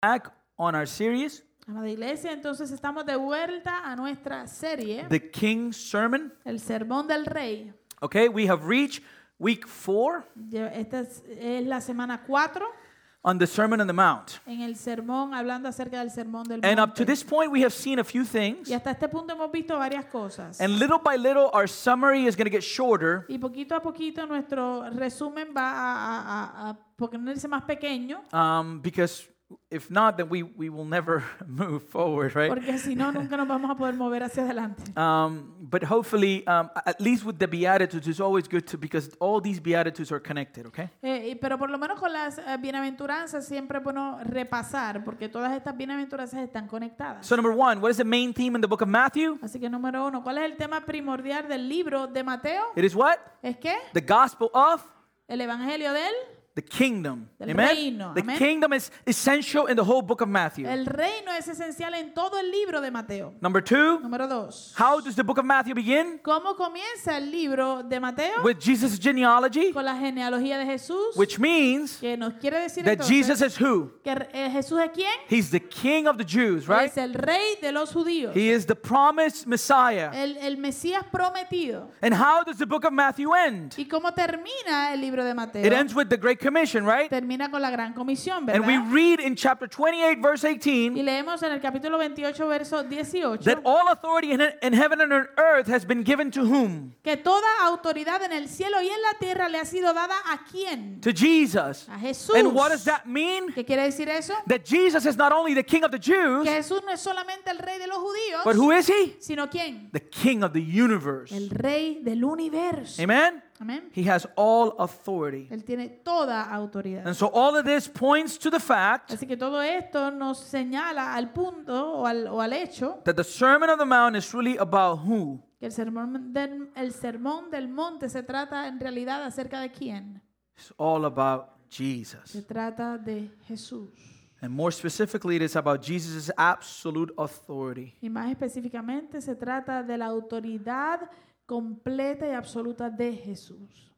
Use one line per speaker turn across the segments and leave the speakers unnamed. back on our series,
Amada iglesia, entonces estamos de vuelta a nuestra serie,
The King's Sermon.
el Sermón del Rey.
Okay, we have reached week four
Ya- Esta es, es la semana 4
on the Sermon on the Mount.
en el sermón, hablando acerca del Sermón del
And up to
Monte.
this point, we have seen a few things.
Y hasta este punto hemos visto varias cosas.
And little by little, our summary is going to get shorter
Y poquito a poquito nuestro resumen va a, a- a- a ponerse más pequeño,
um, because if not, then we, we will never move forward, right?
porque si no, nunca nos vamos a poder mover hacia adelante.
Um, but hopefully, um, a- at least with the Beatitudes, it's always good to, because all these Beatitudes are connected, okay?
Eh, y- pero por lo menos con las eh, bienaventuranzas siempre es bueno repasar, porque todas estas bienaventuranzas están conectadas.
So, number one, what is the main theme in the book of Matthew?
Así que número uno, ¿cuál es el tema primordial del libro de Mateo?
It is what?
Es que
The gospel of
el Evangelio del
the kingdom.
Del
Amen?
reino,
The
amen.
kingdom is essential in the whole book of Matthew.
el reino es esencial en todo el libro de Mateo.
Number two,
Número dos,
how does the book of Matthew begin?
¿cómo comienza el libro de Mateo?
With Jesus' genealogy,
Con la genealogía de Jesús,
which means
que nos quiere decir
that
entonces
Jesus is who?
que eh, Jesús es quién?
He's the king of the Jews, right?
Es el rey de los judíos,
He is the promised Messiah.
el, el Mesías prometido.
And how does the book of Matthew end?
¿Y cómo termina el libro de Mateo?
It ends with the Great Commission, right?
termina con la gran comisión,
And we
¿verdad?
read in chapter 28, verse
Y
18,
leemos en el capítulo 28, verso 18.
that all authority in, in heaven and on earth has been given to whom?
Que toda autoridad en el cielo y en la tierra le ha sido dada a quién?
To Jesus.
A Jesús.
And what does that mean?
¿Qué quiere decir eso?
That Jesus is not only the king of the Jews,
Que Jesús no es solamente el rey de los
But
judíos,
who is he?
sino quién?
The king of the universe.
El rey del universo.
Amen?
Amén.
He has all authority.
Él tiene toda autoridad.
And so all of this points to the fact
Así que todo esto nos señala al punto o al, o al hecho
that the Sermon on the Mount is really about who?
que el sermón, del, el sermón del monte se trata en realidad acerca de quién.
It's all about
Se
Jesus.
trata de Jesús.
And more specifically, it is about Jesus' absolute authority.
Y más específicamente se trata de la autoridad completa y absoluta de Jesús.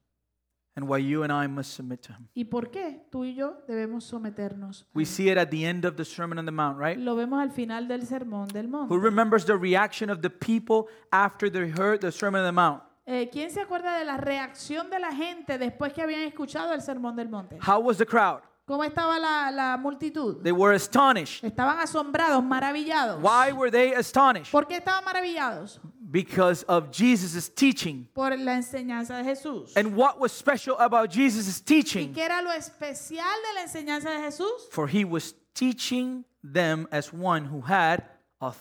And why you and I must submit to him.
¿Y por qué tú y yo debemos someternos? a
We
él?
see it at the end of the Sermon on the Mount, right?
Lo vemos al final del sermón del
Who
monte.
remembers the reaction of the people after they heard the Sermon on the Mount?
Eh, ¿Quién se acuerda de la reacción de la gente después que habían escuchado el sermón del monte?
How was the crowd?
¿Cómo estaba la, la multitud?
They were astonished.
Estaban asombrados, maravillados.
Why were they astonished?
¿Por qué estaban maravillados?
because of Jesus' teaching.
Por la enseñanza de Jesús.
And what was special about Jesus'
¿Y
teaching?
qué era lo especial de la enseñanza de Jesús?
For he was teaching them as one who had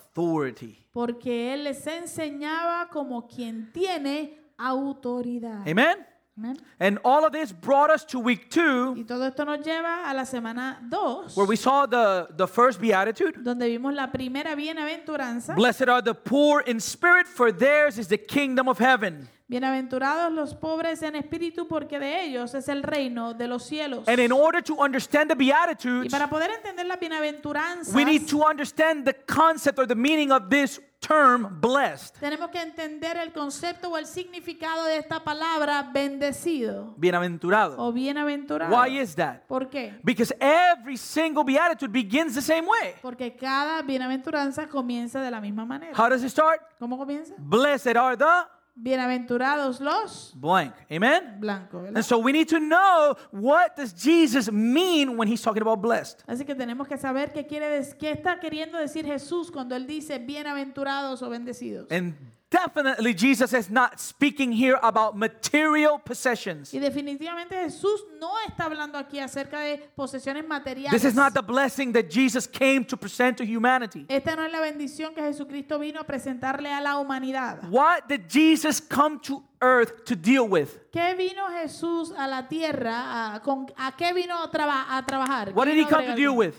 authority.
porque él les enseñaba como quien tiene autoridad.
Amen?
Amén.
And all of this brought us to week two,
Y todo esto nos lleva a la semana 2,
where we saw the, the first beatitude.
donde vimos la primera bienaventuranza.
Blessed are the poor in spirit, for theirs is the kingdom of heaven.
Bienaventurados los pobres en espíritu, porque de ellos es el reino de los cielos.
And in order to understand the
Y
beatitudes,
para poder entender las bienaventuranzas,
we need to understand the concept or the meaning of this term, blessed.
tenemos que entender el concepto o el significado de esta palabra bendecido
Bienaventurado.
o bienaventurado.
Why is that?
¿Por qué?
Because every single beatitude begins the same way.
Porque cada bienaventuranza comienza de la misma manera.
How does it start?
¿Cómo comienza?
Blessed are the
Bienaventurados los
blank. Amen.
blancos, ¿verdad?
And so we need to know what does Jesus mean when he's talking about blessed.
Así que tenemos que saber qué quiere des- qué está queriendo decir Jesús cuando él dice bienaventurados o bendecidos.
And definitely Jesus is not speaking here about material possessions.
Y definitivamente Jesús no está hablando aquí acerca de posesiones materiales.
This is not the blessing that Jesus came to present to humanity.
Esta no es la bendición que Jesucristo vino a presentarle a la humanidad.
What did Jesus come to earth to deal with?
¿Qué vino Jesús a la tierra? ¿A, con- a qué vino a, traba- a trabajar?
What
¿Qué
did he
vino a
come to
bregar
deal
con?
with?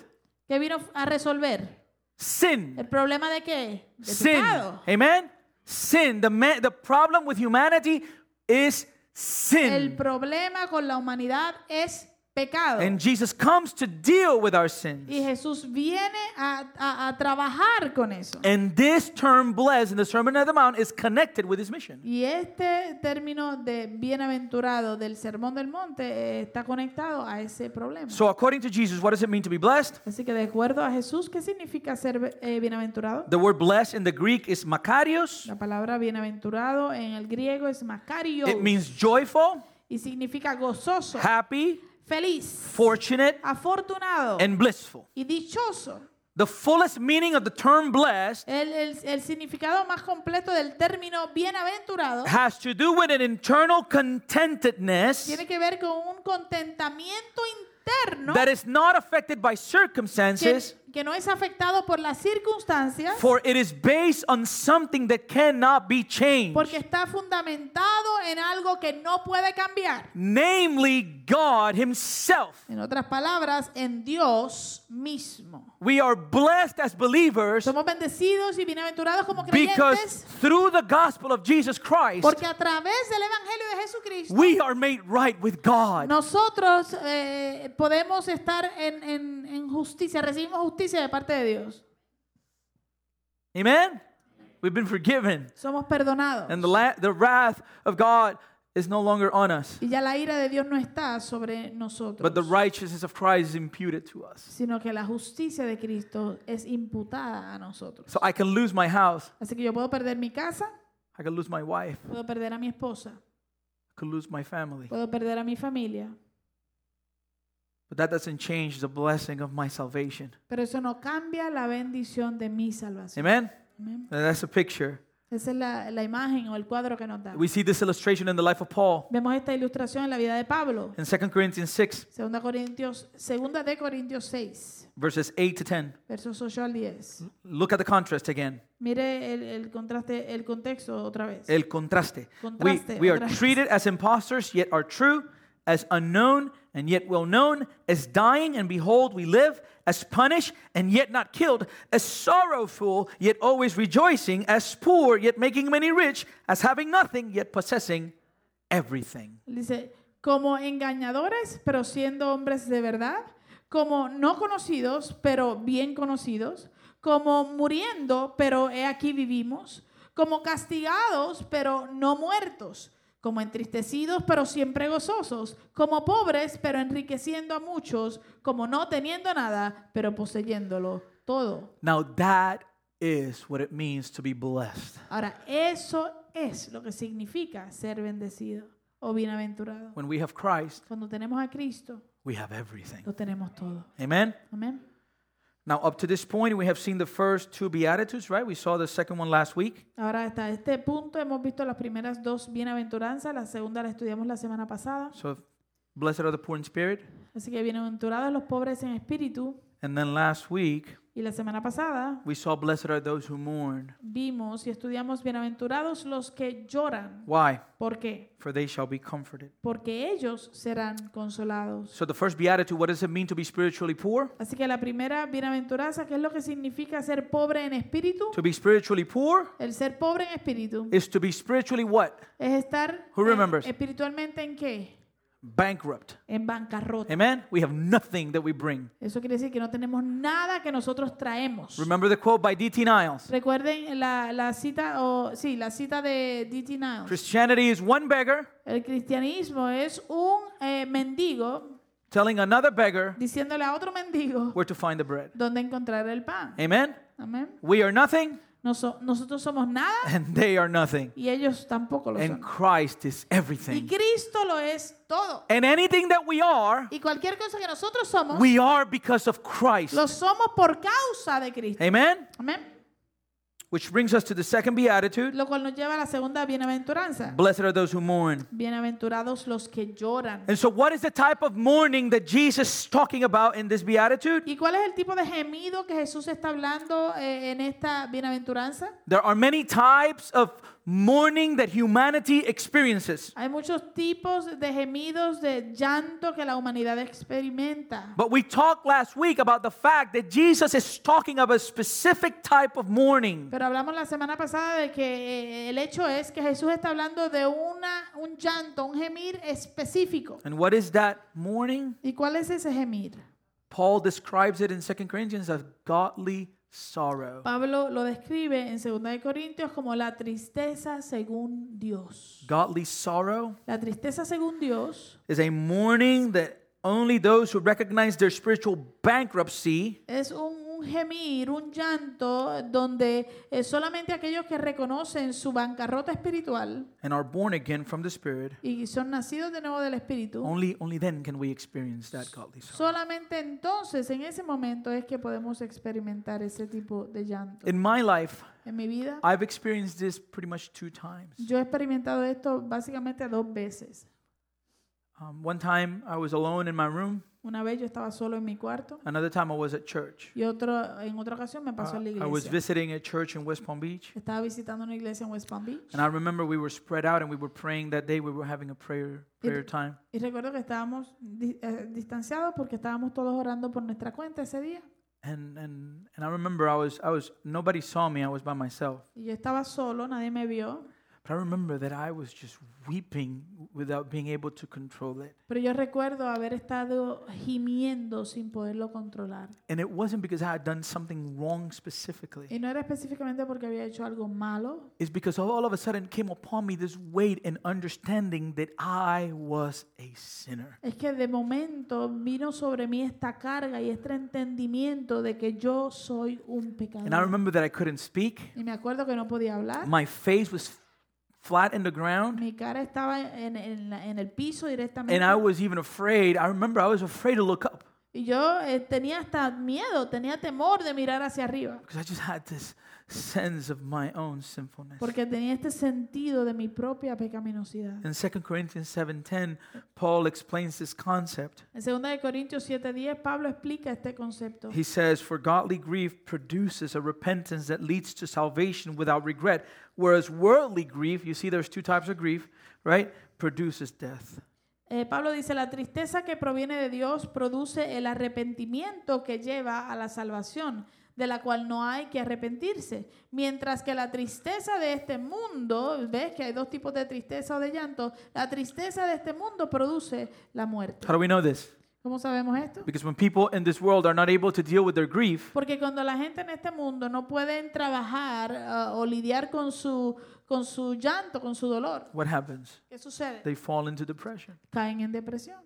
¿Qué vino a resolver?
Sin.
¿El problema de qué? De
sin.
pecado.
Amen. Sin. The ma- the problem with humanity is
El
sin.
problema con la humanidad es pecado.
And Jesus comes to deal with our sins.
Y Jesús viene a, a- a trabajar con eso.
And this term blessed in the Sermon on the Mount is connected with his mission.
Y este término de bienaventurado del Sermón del Monte eh, está conectado a ese problema.
So according to Jesus, what does it mean to be blessed?
Así que de acuerdo a Jesús, ¿qué significa ser eh, bienaventurado?
The word blessed in the Greek is makarios.
La palabra bienaventurado en el griego es macario
It means joyful,
y significa gozoso,
happy,
feliz,
fortunate,
afortunado
and blissful.
y dichoso.
The fullest meaning of the term blessed
El, el- el significado más completo del término bienaventurado
has to do with an internal contentedness
tiene que ver con un contentamiento interno
that is not affected by
que,
circumstances,
que no es afectado por las circunstancias
for it is based on something that cannot be
porque
changed,
está fundamentado en algo que no puede cambiar.
namely God Himself.
En otras palabras, en Dios mismo.
We are blessed as believers
Somos bendecidos y bienaventurados como
because
creyentes
through the gospel of Jesus Christ,
porque a través del Evangelio de Jesucristo
we are made right with God.
nosotros eh, podemos estar en, en- en justicia, recibimos justicia de parte de Dios.
Amen? We've been forgiven.
Somos perdonados.
And the, la- the wrath of God is no longer on us,
Y ya la ira de Dios no está sobre nosotros,
but the righteousness of Christ is imputed to us.
sino que la justicia de Cristo es imputada a nosotros.
So I can lose my house,
Así que yo puedo perder mi casa,
I can lose my wife,
puedo perder a mi esposa,
I could lose my family.
puedo perder a mi familia,
But that doesn't change the blessing of my salvation.
pero eso no cambia la bendición de mi salvación.
Amen?
Amén.
And that's a picture.
Esa es la, la imagen o el cuadro que nos da.
We see this illustration in the life of Paul
Vemos esta ilustración en la vida de Pablo.
in 2 Corinthians 6,
2 Corintios, segunda de Corintios 6,
verses 8 to 10.
versos 8 al 10.
Look at the contrast again.
Mire el, el contraste, el contexto otra vez.
El contraste. We,
Contraste,
we are
otra vez.
treated as impostors, yet are true, as unknown and yet well known, as dying and behold we live, as punished and yet not killed, as sorrowful yet always rejoicing, as poor yet making many rich, as having nothing yet possessing everything.
Dice, como engañadores, pero siendo hombres de verdad, como no conocidos, pero bien conocidos, como muriendo, pero he aquí vivimos, como castigados, pero no muertos, como entristecidos, pero siempre gozosos, como pobres, pero enriqueciendo a muchos, como no teniendo nada, pero poseyéndolo todo.
Now that is what it means to be blessed.
Ahora, eso es lo que significa ser bendecido o bienaventurado.
When we have Christ,
Cuando tenemos a Cristo,
we have everything.
lo tenemos todo.
Amen.
Amén.
Now up to this point we have seen the first two beatitudes, right? We saw the second one last week.
Ahora hasta este punto hemos visto las primeras dos bienaventuranzas, la segunda la estudiamos la semana pasada,
So blessed are the poor in spirit.
así que bienaventurados los pobres en espíritu
And then last week,
y la semana pasada
we saw blessed are those who mourn.
vimos y estudiamos bienaventurados los que lloran.
Why?
¿Por qué?
For they shall be comforted.
Porque ellos serán consolados.
So the first beatitude, what does it mean to be spiritually poor?
Así que la primera bienaventuranza, ¿qué es lo que significa ser pobre en espíritu?
To be spiritually poor
El ser pobre en espíritu
is to be spiritually what?
es estar
Who
eh,
remembers?
espiritualmente en qué?
Bankrupt.
En bancarrota.
Amen? We have nothing that we bring.
Eso quiere decir que no tenemos nada que nosotros traemos.
Remember the quote by D.T. Niles.
Recuerden la, la cita o sí, la cita de D.T. Niles.
Christianity is one beggar
El cristianismo es un eh, mendigo
telling another beggar
diciéndole a otro mendigo
where to find the bread.
dónde encontrar el pan.
Amen?
Amén.
We are nothing
Noso- nosotros somos nada
and they are nothing.
y ellos tampoco lo
And
son.
Christ is
Y
everything.
Cristo lo es todo.
And anything that we are,
Y cualquier cosa que nosotros somos,
we are because of Christ.
lo somos por causa de Cristo.
Amen?
Amén.
Which brings us to the second beatitude.
Lo cual nos lleva a la segunda bienaventuranza.
Blessed are those who mourn.
Bienaventurados los que lloran.
And so, what is the type of mourning that Jesus is talking about in this beatitude?
¿Y cuál es el tipo de gemido que Jesús está hablando eh, en esta bienaventuranza?
There are many types of mourning that humanity experiences.
Hay muchos tipos de gemidos de llanto que la humanidad experimenta.
But we talked last week about the fact that Jesus is talking of a specific type of mourning.
Pero hablamos la semana pasada de que eh, el hecho es que Jesús está hablando de una, un llanto, un gemir específico.
And what is that mourning?
¿Y cuál es ese gemir?
Paul describes it in 2 Corinthians as godly sorrow.
Pablo lo describe en 2 de Corintios como la tristeza según Dios.
Godly sorrow
La tristeza según Dios
is a mourning that only those who recognize their spiritual bankruptcy
es un, un gemir, un llanto donde eh, solamente aquellos que reconocen su bancarrota espiritual
and are born again from the Spirit,
y son nacidos de nuevo del Espíritu,
only, only then can we experience that godly sorrow.
solamente entonces, en ese momento, es que podemos experimentar ese tipo de llanto.
In my life,
En mi vida,
I've experienced this pretty much two times.
yo he experimentado esto básicamente dos veces.
Um, one time I was alone in my room,
Una vez yo estaba solo en mi cuarto
another time I was at church.
y otro, en otra ocasión me pasó
Uh,
en la
I was
iglesia.
visiting a church in West Palm Beach,
Estaba visitando una iglesia en West Palm Beach
and I remember we were spread out and we were praying that day. We were having a prayer prayer time,
y recuerdo que estábamos di- eh, distanciados porque estábamos todos orando por nuestra cuenta ese día.
and and and I remember I was I was nobody saw me. I was by myself,
Y yo estaba solo, nadie me vio,
but I remember that I was just weeping without being able to control it,
pero yo recuerdo haber estado gimiendo sin poderlo controlar.
and it wasn't because I had done something wrong specifically.
Y no era específicamente porque había hecho algo malo,
It's because all of a sudden came upon me this weight and understanding that I was a sinner.
es que de momento vino sobre mí esta carga y este entendimiento de que yo soy un
And I
pecador.
remember that I couldn't speak.
Y me acuerdo que no podía hablar,
My face was flat in the ground.
mi cara estaba en, en la- en el piso
And I
directamente.
was even afraid. I remember I was afraid to look up
Y yo eh, tenía hasta miedo, tenía temor de mirar hacia arriba,
because I just had this sense of my own sinfulness.
porque tenía este sentido de mi propia pecaminosidad.
In 2 Corinthians 7:10, Paul explains this concept.
En 2 de Corintios 7:10 Pablo explica este concepto.
He says, "For godly grief produces a repentance that leads to salvation without regret, whereas worldly grief, you see there's two types of grief, right? produces death."
Eh, Pablo dice, la tristeza que proviene de Dios produce el arrepentimiento que lleva a la salvación, de la cual no hay que arrepentirse. Mientras que la tristeza de este mundo, ves que hay dos tipos de tristeza o de llanto, la tristeza de este mundo produce la muerte.
How do we know this?
¿Cómo sabemos esto?
Because when people in this world are not able to deal with their grief,
Porque cuando la gente en este mundo no pueden trabajar ah, o lidiar con su, con su llanto, con su dolor,
what happens?
¿qué sucede?
They fall into depression.
Caen en depresión.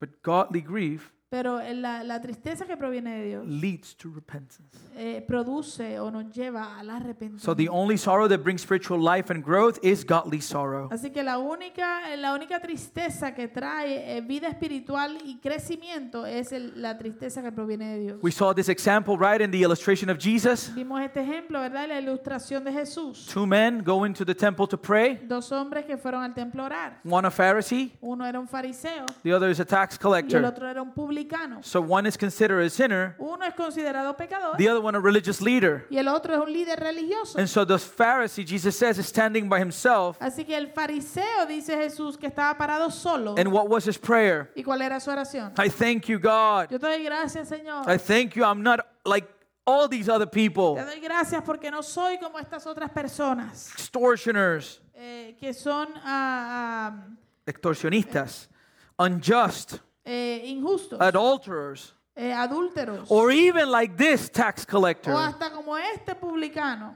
But godly grief
Pero eh, la, la tristeza que proviene de Dios
leads to repentance.
eh, produce o nos lleva al
So the
arrepentimiento.
only sorrow that brings spiritual life and growth is godly sorrow.
Así que la única, eh, la única tristeza que trae eh, vida espiritual y crecimiento es el- la tristeza que proviene de Dios.
We saw this example right in the illustration of Jesus.
Vimos este ejemplo, ¿verdad? En La ilustración de Jesús.
Two men go into the temple to pray.
Dos hombres que fueron al templo a orar.
One a Pharisee,
Uno era un fariseo
the other is a tax
y el
collector.
otro era un publicano.
So one is considered a sinner,
Uno es considerado pecador
the other one a religious leader.
y el otro es un líder religioso.
And so the Pharisee, Jesus says, is standing by himself.
Así que el fariseo, dice Jesús, que estaba parado solo.
And what was his prayer?
¿Y cuál era su oración?
I thank you, God.
Yo te doy gracias, Señor.
I thank you. I'm not like all these other people,
Te doy gracias porque no soy como estas otras personas
extortioners,
eh, que son ah, ah,
extorsionistas, unjust,
eh, injustos,
adulterers,
eh, adúlteros,
Ah, or even like this tax
o
collector.
hasta como este publicano.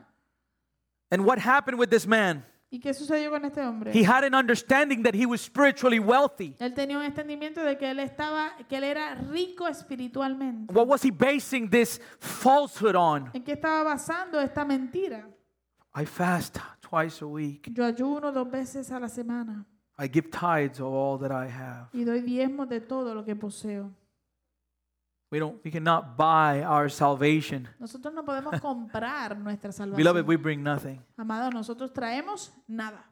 And what happened with this man?
¿Y qué sucedió con este hombre?
He had an understanding that he was spiritually wealthy.
él tenía un entendimiento de que él estaba, que él era rico espiritualmente.
What was he basing this falsehood on?
¿En qué estaba basando esta mentira?
I fast twice a week.
Yo ayuno dos veces a la semana
I give tithes of all that I have.
y doy diezmos de todo lo que poseo.
We don't we cannot buy our salvation.
Nosotros no podemos comprar nuestra salvación.
Beloved, we bring nothing.
Amados, nosotros traemos nada.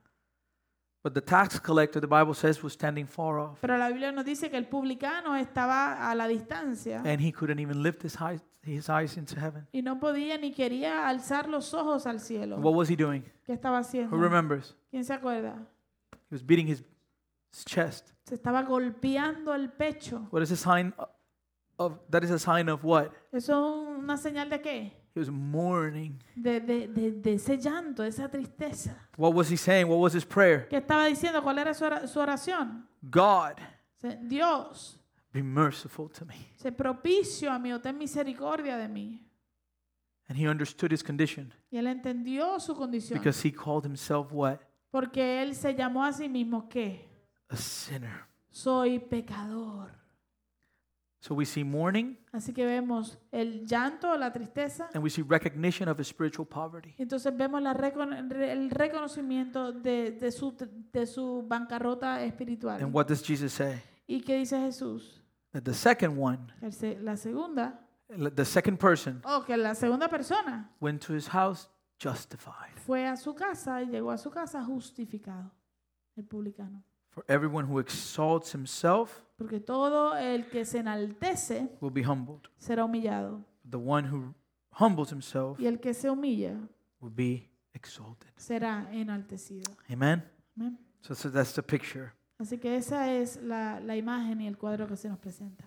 But the tax collector, the Bible says, was standing far off,
Pero la Biblia nos dice que el publicano estaba a la distancia
and he couldn't even lift his, high, his eyes into heaven.
y no podía ni quería alzar los ojos al cielo.
What was he doing?
¿Qué estaba
Who
haciendo?
remembers?
¿Quién se acuerda?
He was beating his, his chest.
Se estaba golpeando el pecho.
What is a sign of? That is a sign of what?
¿Eso es una señal de qué?
He was mourning.
De, de, de, de ese llanto, de esa tristeza.
What was he saying? What was his prayer?
¿Qué estaba diciendo? ¿Cuál era su ora- su oración?
God,
Se- Dios,
be merciful to me.
se propicio a mí o ten misericordia de mí.
And he understood his condition
Y él entendió su condición.
because he called himself what?
Porque él se llamó a sí mismo ¿qué?
A sinner.
Soy pecador.
So we see mourning
Así que vemos el llanto, la tristeza.
and we see recognition of his spiritual poverty.
Entonces vemos la recono- re- el reconocimiento de, de su, de su bancarrota espiritual.
And what does Jesus say?
¿Y qué dice Jesús?
That the second one,
El se- la segunda,
the second person,
o que la segunda persona
went to his house justified.
fue a su casa y llegó a su casa justificado, el publicano.
For everyone who exalts himself
Porque todo el que se enaltece
will be humbled.
será humillado.
The one who humbles himself
Y el que se humilla
will be exalted.
será enaltecido.
Amen.
Amén.
So, so that's the picture.
Así que esa es la, la imagen y el cuadro que se nos presenta.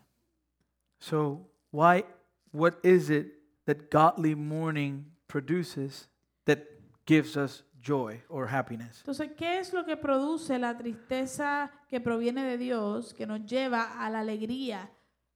So why what is it that godly mourning produces that gives us joy or happiness?
Entonces, ¿qué es lo que produce la tristeza que proviene de Dios, que nos lleva a la alegría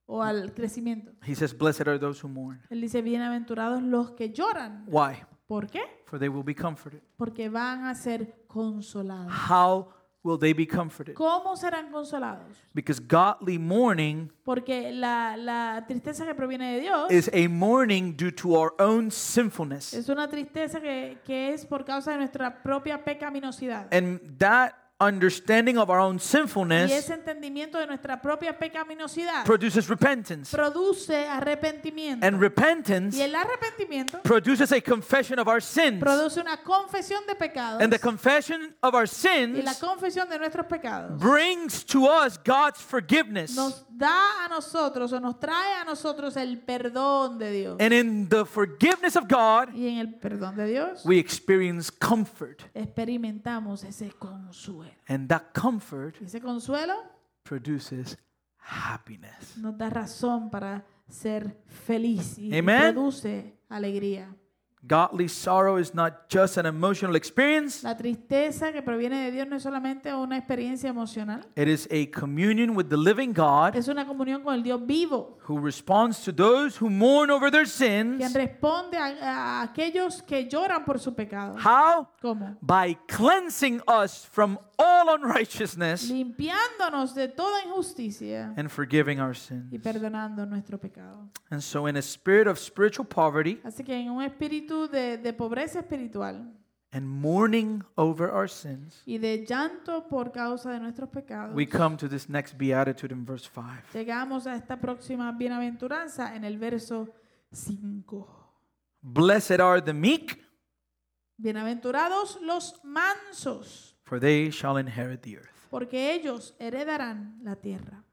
o al crecimiento?
He says blessed are those who mourn.
Él dice, bienaventurados los que lloran.
Why?
¿Por qué?
For they will be comforted.
Porque van a ser consolados.
How will they be comforted?
¿Cómo serán consolados?
Because godly mourning
Porque la, la tristeza que proviene de Dios
is a mourning due to our own sinfulness.
es una tristeza que, que es por causa de nuestra propia pecaminosidad.
And that understanding of our own
Y
sinfulness
ese entendimiento de nuestra propia pecaminosidad
produces repentance.
produce arrepentimiento.
And repentance
Y el arrepentimiento
produces a confession of our sins.
produce una confesión de pecados.
And the confession of our
Y la
sins
confesión de nuestros pecados
brings to us God's forgiveness.
nos da a nosotros o nos trae a nosotros el perdón de Dios.
And in the forgiveness of God,
Y en el perdón de Dios
we experience comfort.
experimentamos ese consuelo.
And that comfort
Y ese consuelo
produces happiness.
nos da razón para ser feliz y y
Amen.
produce alegría.
Godly sorrow is not just an emotional experience,
La tristeza que proviene de Dios no es solamente una experiencia emocional,
it is a communion with the living God
es una comunión con el Dios vivo,
who responds to those who mourn over their
quien
sins.
responde a, a aquellos que lloran por su pecado.
How?
¿Cómo?
By cleansing us from all unrighteousness
Limpiándonos de toda injusticia
and forgiving our
y
sins.
perdonando nuestro pecado.
And so, in a spirit of spiritual poverty
Así que en un espíritu de, de pobreza espiritual
and mourning over our sins,
y de llanto por causa de nuestros pecados,
we come to this next beatitude in verse 5.
llegamos a esta próxima bienaventuranza en el verso 5.
Blessed are the meek,
Bienaventurados los mansos.
for they shall inherit the earth.
porque ellos heredarán la tierra.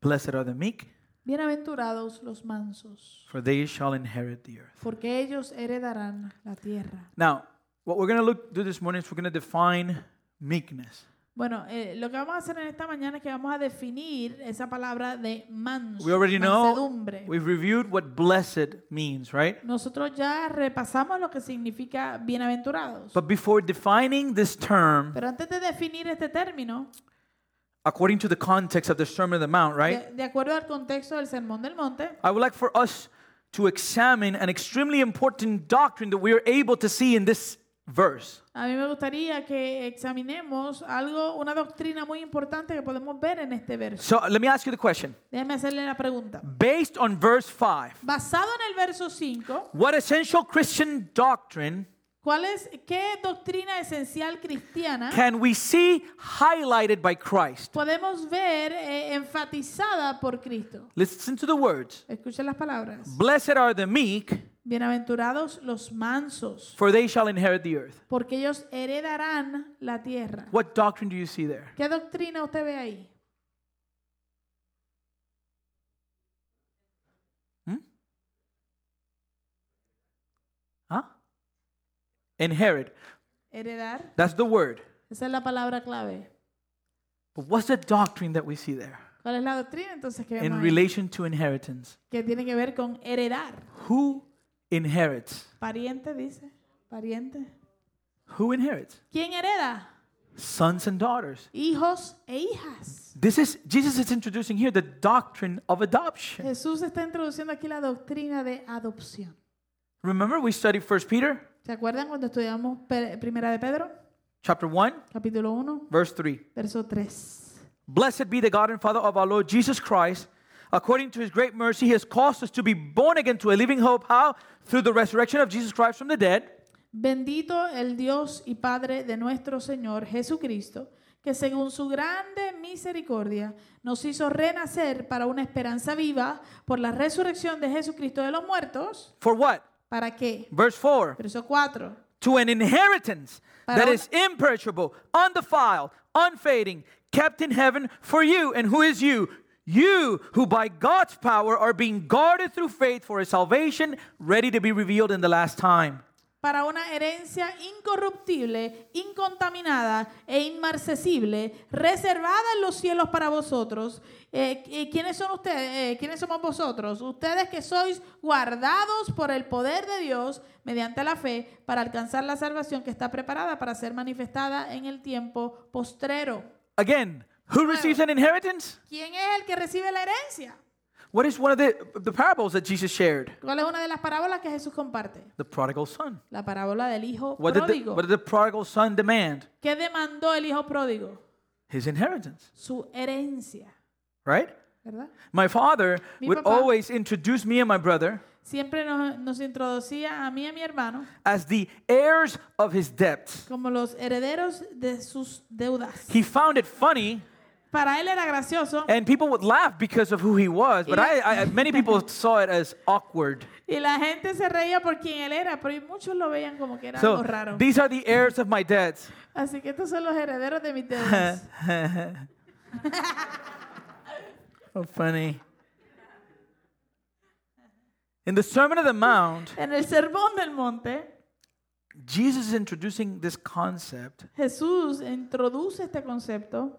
Blessed are the meek,
Bienaventurados los mansos,
for they shall inherit the earth.
porque ellos heredarán la tierra.
Now, what we're going to look do this morning is we're going to define meekness.
Bueno, eh, lo que vamos a hacer en esta mañana es que vamos a definir esa palabra de manso,
We already know-
mansedumbre.
We've reviewed what blessed means, right?
Nosotros ya repasamos lo que significa bienaventurados.
But before defining this term
Pero antes de definir este término,
according to the context of the Sermon on the Mount, right?
de, de acuerdo al contexto del Sermón del Monte,
I would like for us to examine an extremely important doctrine that we are able to see in this verse.
a mí me gustaría que examinemos algo, una doctrina muy importante que podemos ver en este verso.
So let me ask you the question.
Déjame hacerle la pregunta.
Based on verse 5,
Basado en el verso 5,
what essential Christian doctrine
¿cuál es qué doctrina esencial cristiana
can we see highlighted by Christ?
podemos ver eh, enfatizada por Cristo?
Listen to the words.
Escuchen las palabras.
Blessed are the meek,
Bienaventurados los mansos,
for they shall inherit the earth.
porque ellos heredarán la tierra.
What doctrine do you see there?
¿Qué doctrina usted ve ahí?
Huh? Inherit.
Heredar.
That's the word.
Esa es la palabra clave.
But what's the doctrine that we see there
¿Cuál es la doctrina entonces que
in
vemos ahí?
relation to inheritance?
Que tiene que ver con heredar.
Who inherits?
Pariente dice. Pariente.
Who inherits?
¿Quién hereda?
Sons and daughters.
Hijos e hijas.
This is Jesus is introducing here the doctrine of adoption.
Jesús está introduciendo aquí la doctrina de adopción.
Remember we studied 1 Peter
¿Se acuerdan cuando estudiamos Pe- Primera de Pedro?
chapter 1
Capítulo 1,
verse 3.
verso 3.
Blessed be the God and Father of our Lord Jesus Christ. According to his great mercy, he has caused us to be born again to a living hope. How? Through the resurrection of Jesus Christ from the dead,
Bendito el Dios y Padre de nuestro Señor Jesucristo, que según su grande misericordia nos hizo renacer para una esperanza viva por la resurrección de Jesucristo de los muertos.
for what?
¿Para qué?
Verse 4
Verso 4.
To an inheritance
Para
that
una-
is imperishable, undefiled, unfading, kept in heaven for you. And who is you? You who by God's power are being guarded through faith for a salvation ready to be revealed in the last time.
Para una herencia incorruptible, incontaminada e inmarcesible, reservada en los cielos para vosotros. Eh, eh, ¿Quiénes son ustedes? Eh, ¿Quiénes somos vosotros? Ustedes que sois guardados por el poder de Dios mediante la fe para alcanzar la salvación que está preparada para ser manifestada en el tiempo postrero.
Again, who receives an inheritance?
¿Quién es el que recibe la herencia?
What is one of the, the parables that Jesus shared?
¿Cuál es una de las parábolas que Jesús comparte?
The prodigal son.
La parábola del hijo
What did, the,
pródigo.
what did the prodigal son demand?
¿Qué demandó el hijo pródigo?
His inheritance,
Su herencia,
right?
¿verdad?
My father
Mi
would
papá.
always introduce me and my brother
Siempre nos, nos introducía a mí y a mi hermano
as the heirs of his debts.
como los herederos de sus deudas.
He found it funny,
Para él era gracioso
and people would laugh because of who he was, but I, I, many people saw it as awkward.
y la gente se reía por quien él era, pero muchos lo veían como que era algo
So,
raro.
these are the heirs of my debts.
Así que estos son los herederos de mis deudas.
Oh, funny. In the Sermon on the Mount,
en el Sermón del Monte,
Jesus is introducing this concept
Jesús introduce este concepto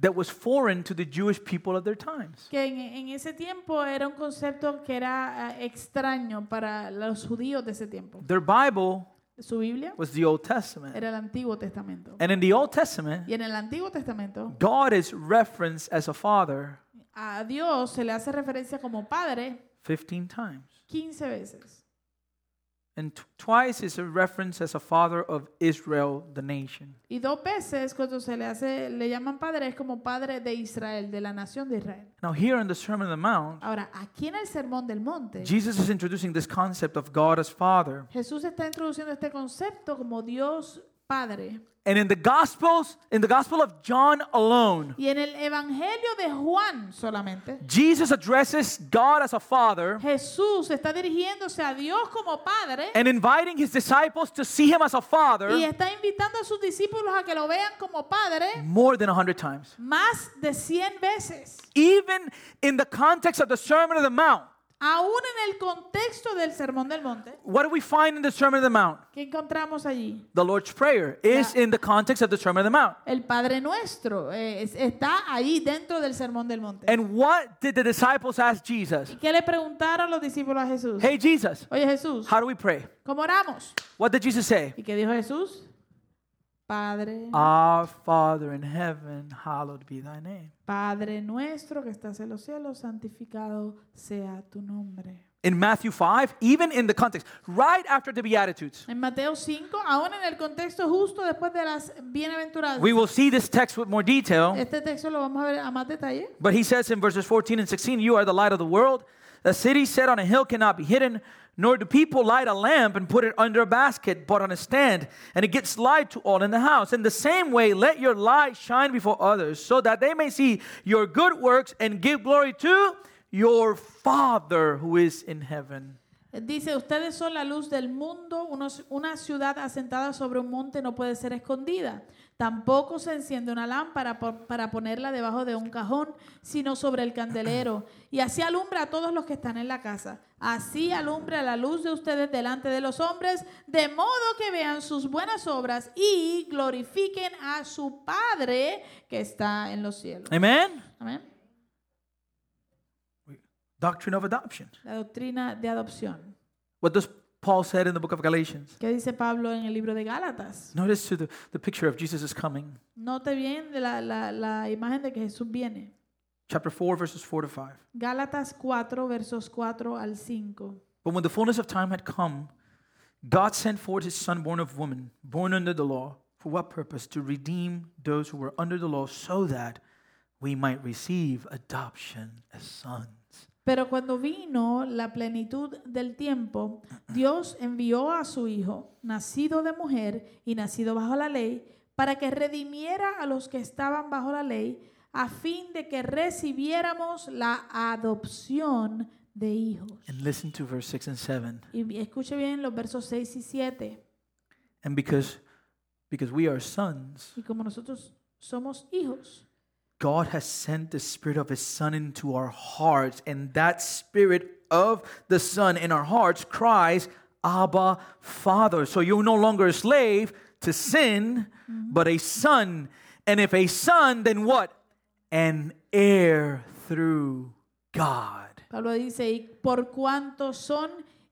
that was foreign to the Jewish people of their times.
que en, en ese tiempo era un concepto que era eh, extraño para los judíos de ese tiempo.
Their Bible
Su Biblia
was the Old Testament.
era el Antiguo Testamento.
And in the Old Testament,
Y en el Antiguo Testamento
God is referenced as a father
a Dios se le hace referencia como Padre
15 times.
15 veces.
And t- twice is a reference as a father of Israel, the nation.
Y dos veces cuando se le hace, le llaman Padre es como Padre de Israel, de la nación de Israel.
Now, here in the Sermon on the Mount,
Ahora, aquí en el Sermón del Monte,
Jesus is introducing this concept of God as father.
Jesús está introduciendo este concepto como Dios Padre.
And in the Gospels, in the Gospel of John alone,
Y en el Evangelio de Juan solamente,
Jesus addresses God as a father
Jesús está dirigiéndose a Dios como Padre
and inviting his disciples to see him as a
y
father
está invitando a sus discípulos a que lo vean como Padre
more than 100 times.
más de 100 veces.
Even in the context of the Sermon on the Mount,
Aún en el contexto del Sermón del Monte,
what do we find in the Sermon on the Mount?
¿qué encontramos allí?
The Lord's Prayer is
Yeah.
in the context of the Sermon on the Mount.
El Padre Nuestro eh, es- está allí dentro del Sermón del Monte.
And what did the disciples ask Jesus?
¿Y qué le preguntaron los discípulos a Jesús?
Hey, Jesus,
Oye Jesús,
how do we pray?
¿cómo oramos?
What did Jesus say?
¿Y qué dijo Jesús? Padre,
Our Father in heaven, hallowed be thy name.
Padre Nuestro que estás en los cielos, santificado sea tu nombre.
In Matthew 5, even in the context, right after the Beatitudes,
En Mateo 5, aún en el contexto justo después de las bienaventuranzas.
we will see this text with more detail.
Este texto lo vamos a ver a más detalle.
But he says in verses 14 and 16, You are the light of the world. A city set on a hill cannot be hidden, nor do people light a lamp and put it under a basket, but on a stand, and it gives light to all in the house. In the same way, let your light shine before others, so that they may see your good works and give glory to your Father who is in heaven.
Dice, ustedes son la luz del mundo, unos- una ciudad asentada sobre un monte no puede ser escondida. Tampoco se enciende una lámpara por- para ponerla debajo de un cajón, sino sobre el candelero. Y así alumbra a todos los que están en la casa. Así alumbra la luz de ustedes delante de los hombres, de modo que vean sus buenas obras y glorifiquen a su Padre que está en los cielos.
Amen?
Amén.
Doctrine of adoption.
La doctrina de adopción.
What does Paul said in the book of Galatians?
¿Qué dice Pablo en el libro de Gálatas?
Notice to the, the picture of Jesus is coming.
Note bien de la, la, la imagen de que Jesús viene.
Chapter 4, verses 4 to 5.
Gálatas 4, versos 4 al 5.
But when the fullness of time had come, God sent forth his son, born of woman, born under the law. For what purpose? To redeem those who were under the law, so that we might receive adoption as sons.
Pero cuando vino la plenitud del tiempo, Dios envió a su Hijo, nacido de mujer y nacido bajo la ley, para que redimiera a los que estaban bajo la ley, a fin de que recibiéramos la adopción de hijos.
And listen to verse 6 and 7.
Y escuche bien los versos 6 y 7.
And because, because we are sons,
Y como nosotros somos hijos,
God has sent the Spirit of His Son into our hearts, and that Spirit of the Son in our hearts cries, Abba, Father. So you're no longer a slave to sin, but a son. And if a son, then what? An heir through God.
Pablo dice, y por cuanto son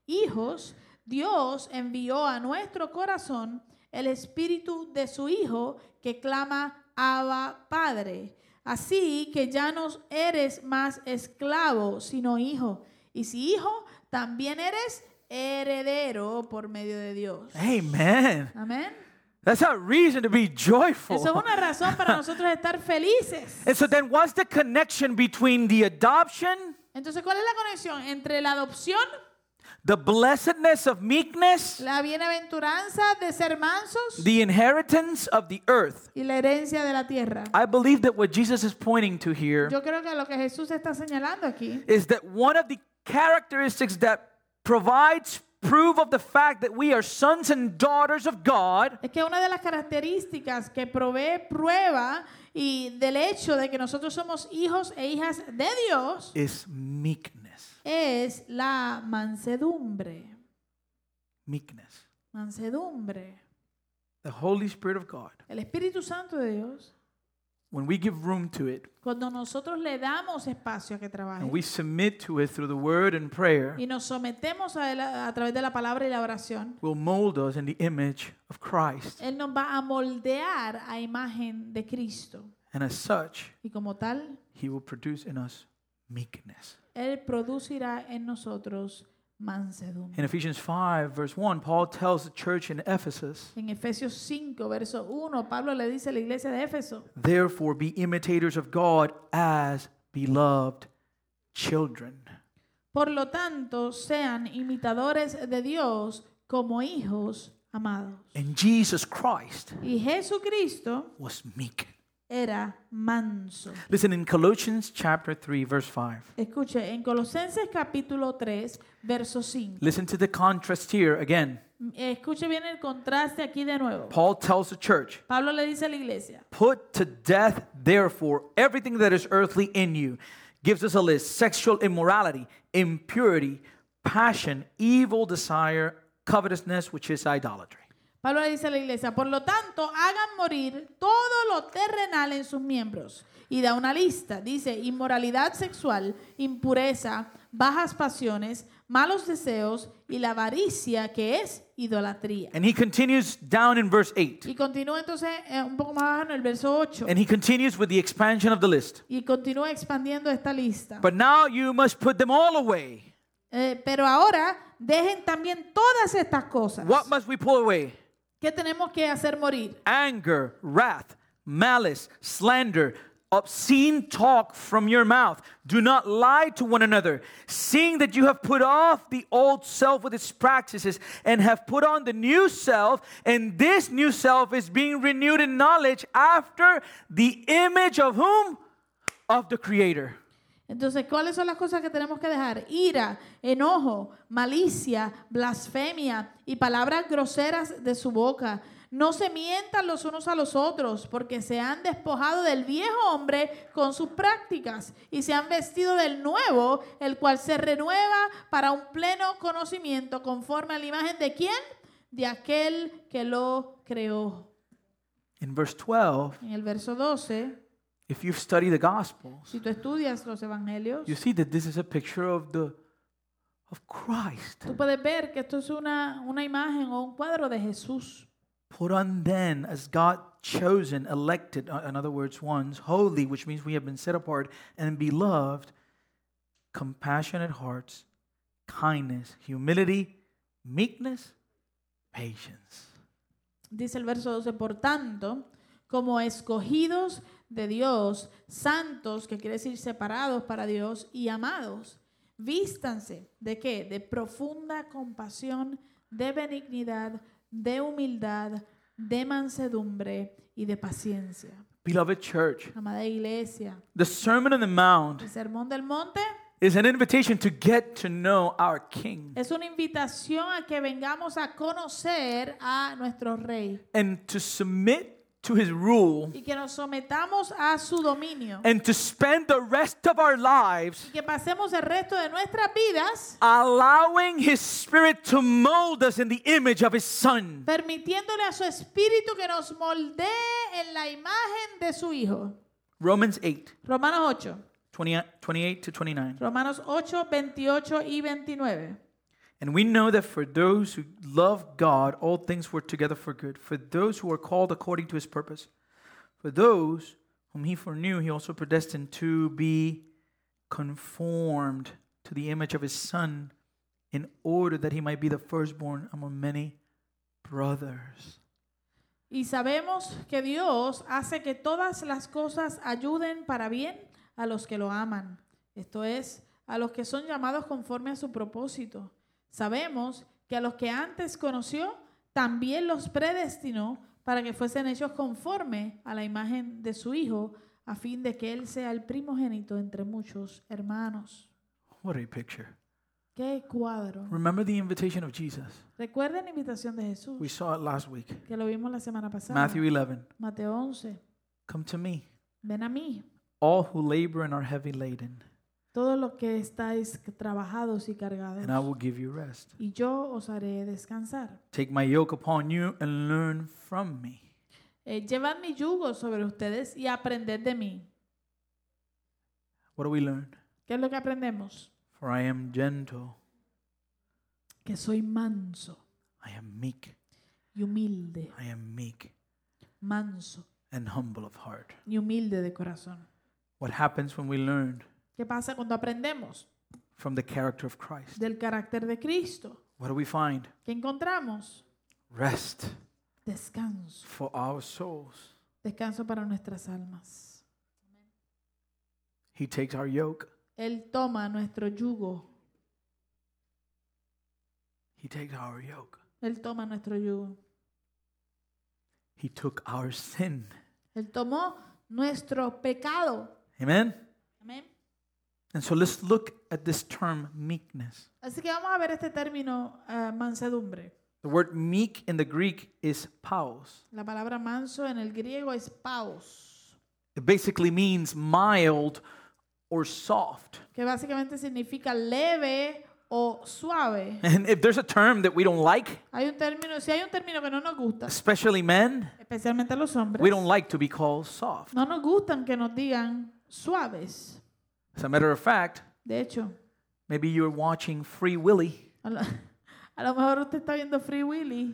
hijos, Dios envió a nuestro corazón el espíritu de su Hijo que clama Abba Padre. Así que ya no eres más esclavo, sino hijo. Y si hijo, también eres heredero por medio de Dios.
Amen.
Amén.
That's a reason to be
Eso es
joyful.
una razón para nosotros estar felices.
And so then, what's the connection between the adoption,
Entonces, ¿cuál es la conexión entre la adopción,
the blessedness of meekness,
la bienaventuranza de ser mansos
the inheritance of the earth?
y la herencia de la tierra.
I believe that what Jesus is pointing to here
Yo creo que lo que Jesús está señalando aquí
is that one of the characteristics that provides proof of the fact that we are sons and daughters of God
es que una de las características que provee prueba y del hecho de que nosotros somos hijos e hijas de Dios
is meekness.
es la mansedumbre.
Meekness.
Mansedumbre.
The Holy Spirit of God,
El Espíritu Santo de Dios,
when we give room to it
cuando nosotros le damos espacio a que
and
trabaje
we submit to it through the word and prayer,
y nos sometemos a, él a a través de la palabra y la oración,
will mold us in the image of Christ.
Él nos va a moldear a imagen de Cristo.
And as such,
Y como tal,
He will produce in us meekness.
Él producirá en nosotros mansedumbre.
In Ephesians 5, verse 1, Paul tells the church in Ephesus,
En Efesios 5, verso 1, Pablo le dice a la iglesia de Éfeso,
Therefore, be imitators of God as beloved children.
por lo tanto, sean imitadores de Dios como hijos amados.
And Jesus Christ
Y Jesucristo
was meek.
era manso.
Listen in Colossians chapter 3, verse 5.
Escuche, en Colosenses capítulo 3, verso 5.
Listen to the contrast here again.
Escuche bien el contraste aquí de nuevo.
Paul tells the church,
Pablo le dice a la iglesia,
Put to death, therefore, everything that is earthly in you. Gives us a list sexual immorality, impurity, passion, evil desire, covetousness, which is idolatry.
Pablo le dice a la iglesia, por lo tanto, hagan morir todo lo terrenal en sus miembros. Y da una lista, dice, inmoralidad sexual, impureza, bajas pasiones, malos deseos y la avaricia que es idolatría.
And he continues down in verse 8.
Y continúa entonces eh, un poco más abajo en el verso 8.
And he continues with the expansion of the list.
Y continúa expandiendo esta lista.
But now you must put them all away.
Eh, pero ahora dejen también todas estas cosas.
What must we pull away?
¿Qué tenemos que hacer morir?
Anger, wrath, malice, slander, obscene talk from your mouth. Do not lie to one another, seeing that you have put off the old self with its practices and have put on the new self, and this new self is being renewed in knowledge after the image of whom? Of the Creator.
Entonces, ¿cuáles son las cosas que tenemos que dejar? Ira, enojo, malicia, blasfemia y palabras groseras de su boca. No se mientan los unos a los otros, porque se han despojado del viejo hombre con sus prácticas y se han vestido del nuevo, el cual se renueva para un pleno conocimiento conforme a la imagen de quién? De aquel que lo creó.
In verse 12,
En el verso 12,
if you study the Gospels,
si tú estudias los evangelios,
you see that this is a picture of the of Christ.
Tú puedes ver que esto es una, una imagen o un cuadro de Jesús.
Put on then as God chosen, elected, uh, in other words, ones holy, which means we have been set apart and beloved, compassionate hearts, kindness, humility, meekness, patience.
Dice el verso 12, por tanto, como escogidos de Dios, santos, que quiere decir separados para Dios y amados, vístanse de qué? De profunda compasión, de benignidad, de humildad, de mansedumbre y de paciencia.
Beloved church,
Amada iglesia,
the Sermon on the Mount
el sermón del monte
is an invitation to get to know our King
es una invitación a que vengamos a conocer a nuestro rey.
and to submit to his rule
y que nos sometamos a su dominio
and to spend the rest of our lives
y que pasemos el resto de nuestras vidas
allowing his spirit to mold us in the image of his son.
permitiéndole a su espíritu que nos moldee en la imagen de su hijo.
Romans 8,
Romanos 8,
20, 28 to 29.
Romanos 8, 28 y 29.
And we know that for those who love God, all things work together for good, for those who are called according to his purpose. For those whom he foreknew, he also predestined to be conformed to the image of his son, in order that he might be the firstborn among many brothers.
Y sabemos que Dios hace que todas las cosas ayuden para bien a los que lo aman, esto es, a los que son llamados conforme a su propósito. Sabemos que a los que antes conoció, también los predestinó para que fuesen hechos conforme a la imagen de su Hijo, a fin de que Él sea el primogénito entre muchos hermanos.
What a picture.
¡Qué cuadro!
Remember the invitation of Jesus.
Recuerden la invitación de Jesús,
We saw it last week.
que lo vimos la semana pasada.
Matthew 11.
Mateo 11.
Come to me,
Ven a mí,
all who labor and are heavy laden,
Todo lo que estáis trabajados y
and I
cargados,
will give you rest.
y yo os haré descansar.
Take my yoke upon you and learn from me.
Eh, llevad mi yugo sobre ustedes y aprended de mí.
What do we learn?
¿Qué es lo que aprendemos?
For I am gentle,
Que soy manso
I am meek,
y humilde,
I am meek
manso
and humble of heart.
y humilde de corazón.
What happens when we learn
¿Qué pasa cuando aprendemos
from the character of Christ?
del carácter de Cristo?
What do we find?
¿Qué encontramos?
Rest
Descanso,
for our souls.
descanso para nuestras almas.
He takes our yoke,
Él toma nuestro yugo,
He takes our yoke.
Él toma nuestro yugo.
He took our sin.
Él tomó nuestro pecado.
Amen?
Amén.
And so let's look at this term meekness.
Así que vamos a ver este término eh, mansedumbre.
The word meek in the Greek is paus.
La palabra manso en el griego es paus,
It basically means mild or soft.
que básicamente significa leve o suave.
And if there's a term that we don't like,
Hay un término, si hay un término que no nos gusta,
especially men,
especialmente a los
we
hombres,
don't like to be called soft.
no nos gustan que nos digan suaves.
As a matter of fact,
De hecho,
maybe you're watching Free Willy
a lo, a lo mejor usted está viendo Free Willy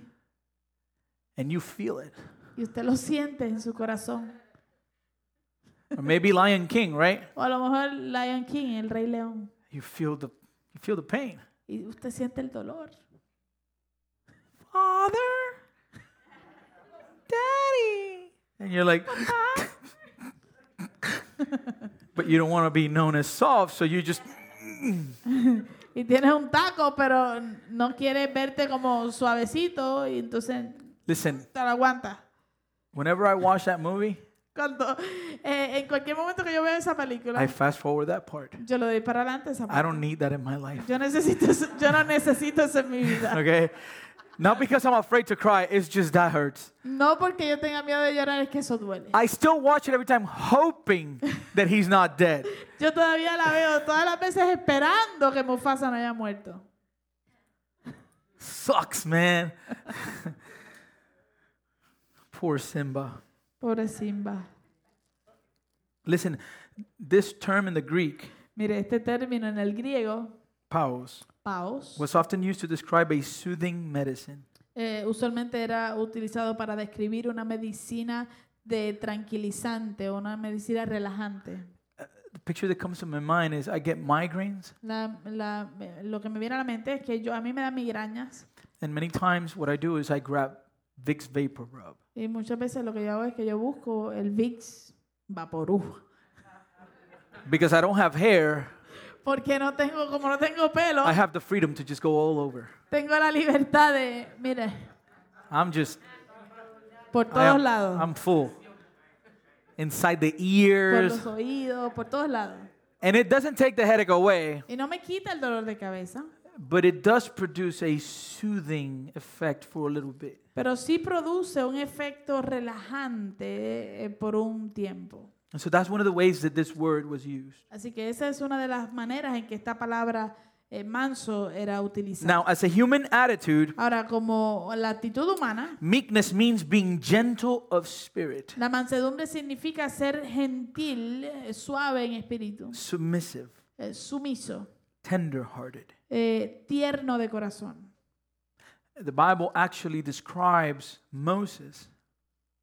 and you feel it.
y usted lo siente en su corazón.
Or maybe Lion King, right?
O a lo mejor Lion King, el Rey León,
You feel the you feel the pain.
y usted siente el dolor.
Father Daddy. And you're like
ah.
But you don't want to be known as soft, so you just
Y tienes un taco, pero no quieres verte como suavecito y entonces
listen.
te lo aguantas.
Whenever I watch that movie,
Cuando, eh, en cualquier momento que yo vea esa película,
I fast forward that part.
yo lo doy para adelante. Esa
I
parte.
don't need that in my life.
yo, necesito, eso- yo no necesito eso en mi vida.
Okay? Not because I'm afraid to cry, it's just that hurts.
No porque yo tenga miedo de llorar, es que eso duele.
I still watch it every time hoping that he's not dead.
Yo todavía la veo todas las veces esperando que Mufasa no haya muerto.
Sucks, man. Poor Simba.
Pobre Simba.
Listen, this term in the Greek,
Mire, este término en el griego,
paos,
paos,
was often used to describe a soothing medicine.
eh, usualmente era utilizado para describir una medicina de tranquilizante o una medicina relajante.
The picture that comes to my mind is I get migraines,
La- la- eh, lo que me viene a la mente es que yo, a mí me dan migrañas
and many times what I do is I grab Vicks Vapor Rub.
y muchas veces lo que yo hago es que yo busco el Vicks Vaporú.
Because I don't have hair,
Porque no tengo, como no tengo pelo,
I have the freedom to just go all over.
tengo la libertad de, mire,
I'm just,
por
I
todos
am,
lados.
I'm full. Inside the
por
ears.
los oídos, por todos lados.
And it doesn't take the headache away,
Y no me quita el dolor de cabeza,
but it does produce a soothing effect for a little bit.
pero sí produce un efecto relajante eh, por un tiempo.
And so that's one of the ways that this word was used.
Así que esa es una de las maneras en que esta palabra eh, manso era utilizada.
Now, as a human attitude,
Ahora, como la actitud humana,
meekness means being gentle of spirit,
la mansedumbre significa ser gentil, eh, suave en espíritu,
submissive,
eh, sumiso,
tender-hearted.
eh, tierno de corazón.
The Bible actually describes Moses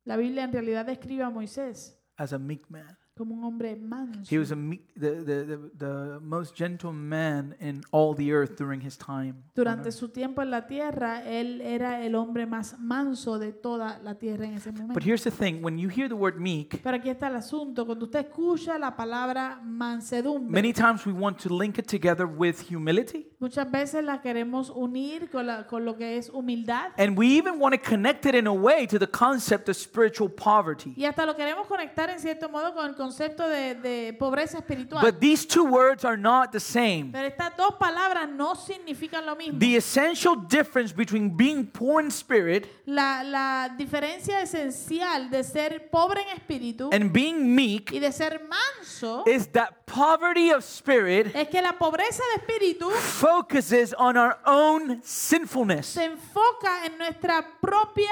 La Biblia en realidad describe a Moisés
as a meek man.
como un hombre manso.
He was a meek, the, the, the, the most gentle man in all the earth during his time. on
Durante
earth.
su tiempo en la tierra, él era el hombre más manso de toda la tierra en ese
But
momento.
here's the thing when you hear the word meek,
Pero aquí está el asunto. Cuando usted escucha la palabra mansedumbre,
many times we want to link it together with humility.
muchas veces la queremos unir con, la- con lo que es humildad
And we even want to connect it in a way to the concept of spiritual poverty.
y hasta lo queremos conectar en cierto modo con el concepto de, de pobreza espiritual.
But these two words are not the same.
Pero estas dos palabras no significan lo mismo.
The essential difference between being poor in spirit
La, la diferencia esencial de ser pobre en espíritu
and being meek
y de ser manso
is that poverty of spirit
es que la pobreza de espíritu
focuses on our own sinfulness,
se enfoca en nuestra propia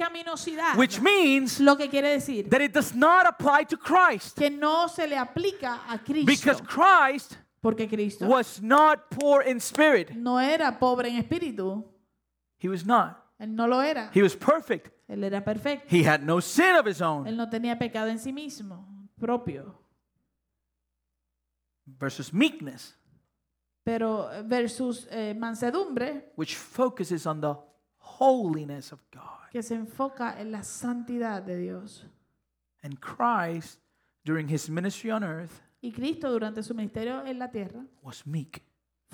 pecaminosidad.
which means
lo que quiere decir
that it does not apply to Christ
que no se le aplica a
because
Cristo.
Christ
Porque Cristo
was not poor in spirit.
no era pobre en espíritu.
He was not.
Él no lo era.
He was perfect.
Él era perfecto.
He had no sin of his own
Él no tenía pecado en sí mismo, propio.
versus meekness.
Pero eh, versus eh, mansedumbre,
which focuses on the holiness of God.
que se enfoca en la santidad de Dios.
And Christ, during his ministry on earth,
Y Cristo durante su ministerio en la tierra
was meek,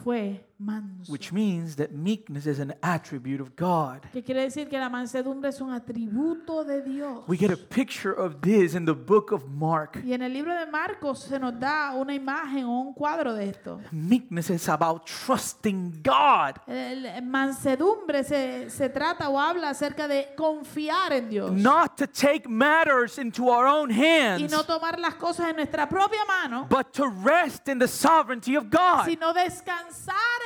fue manso.
which means that meekness is an attribute of God.
Que quiere decir que la mansedumbre es un atributo de Dios.
We get a picture of this in the book of Mark.
Y en el libro de Marcos se nos da una imagen o un cuadro de esto.
Meekness is about trusting God,
El- el mansedumbre se, se trata o habla acerca de confiar en Dios
not to take matters into our own
y
hands,
no tomar las cosas en nuestra propia mano,
but to rest in the sovereignty of God.
sino descansar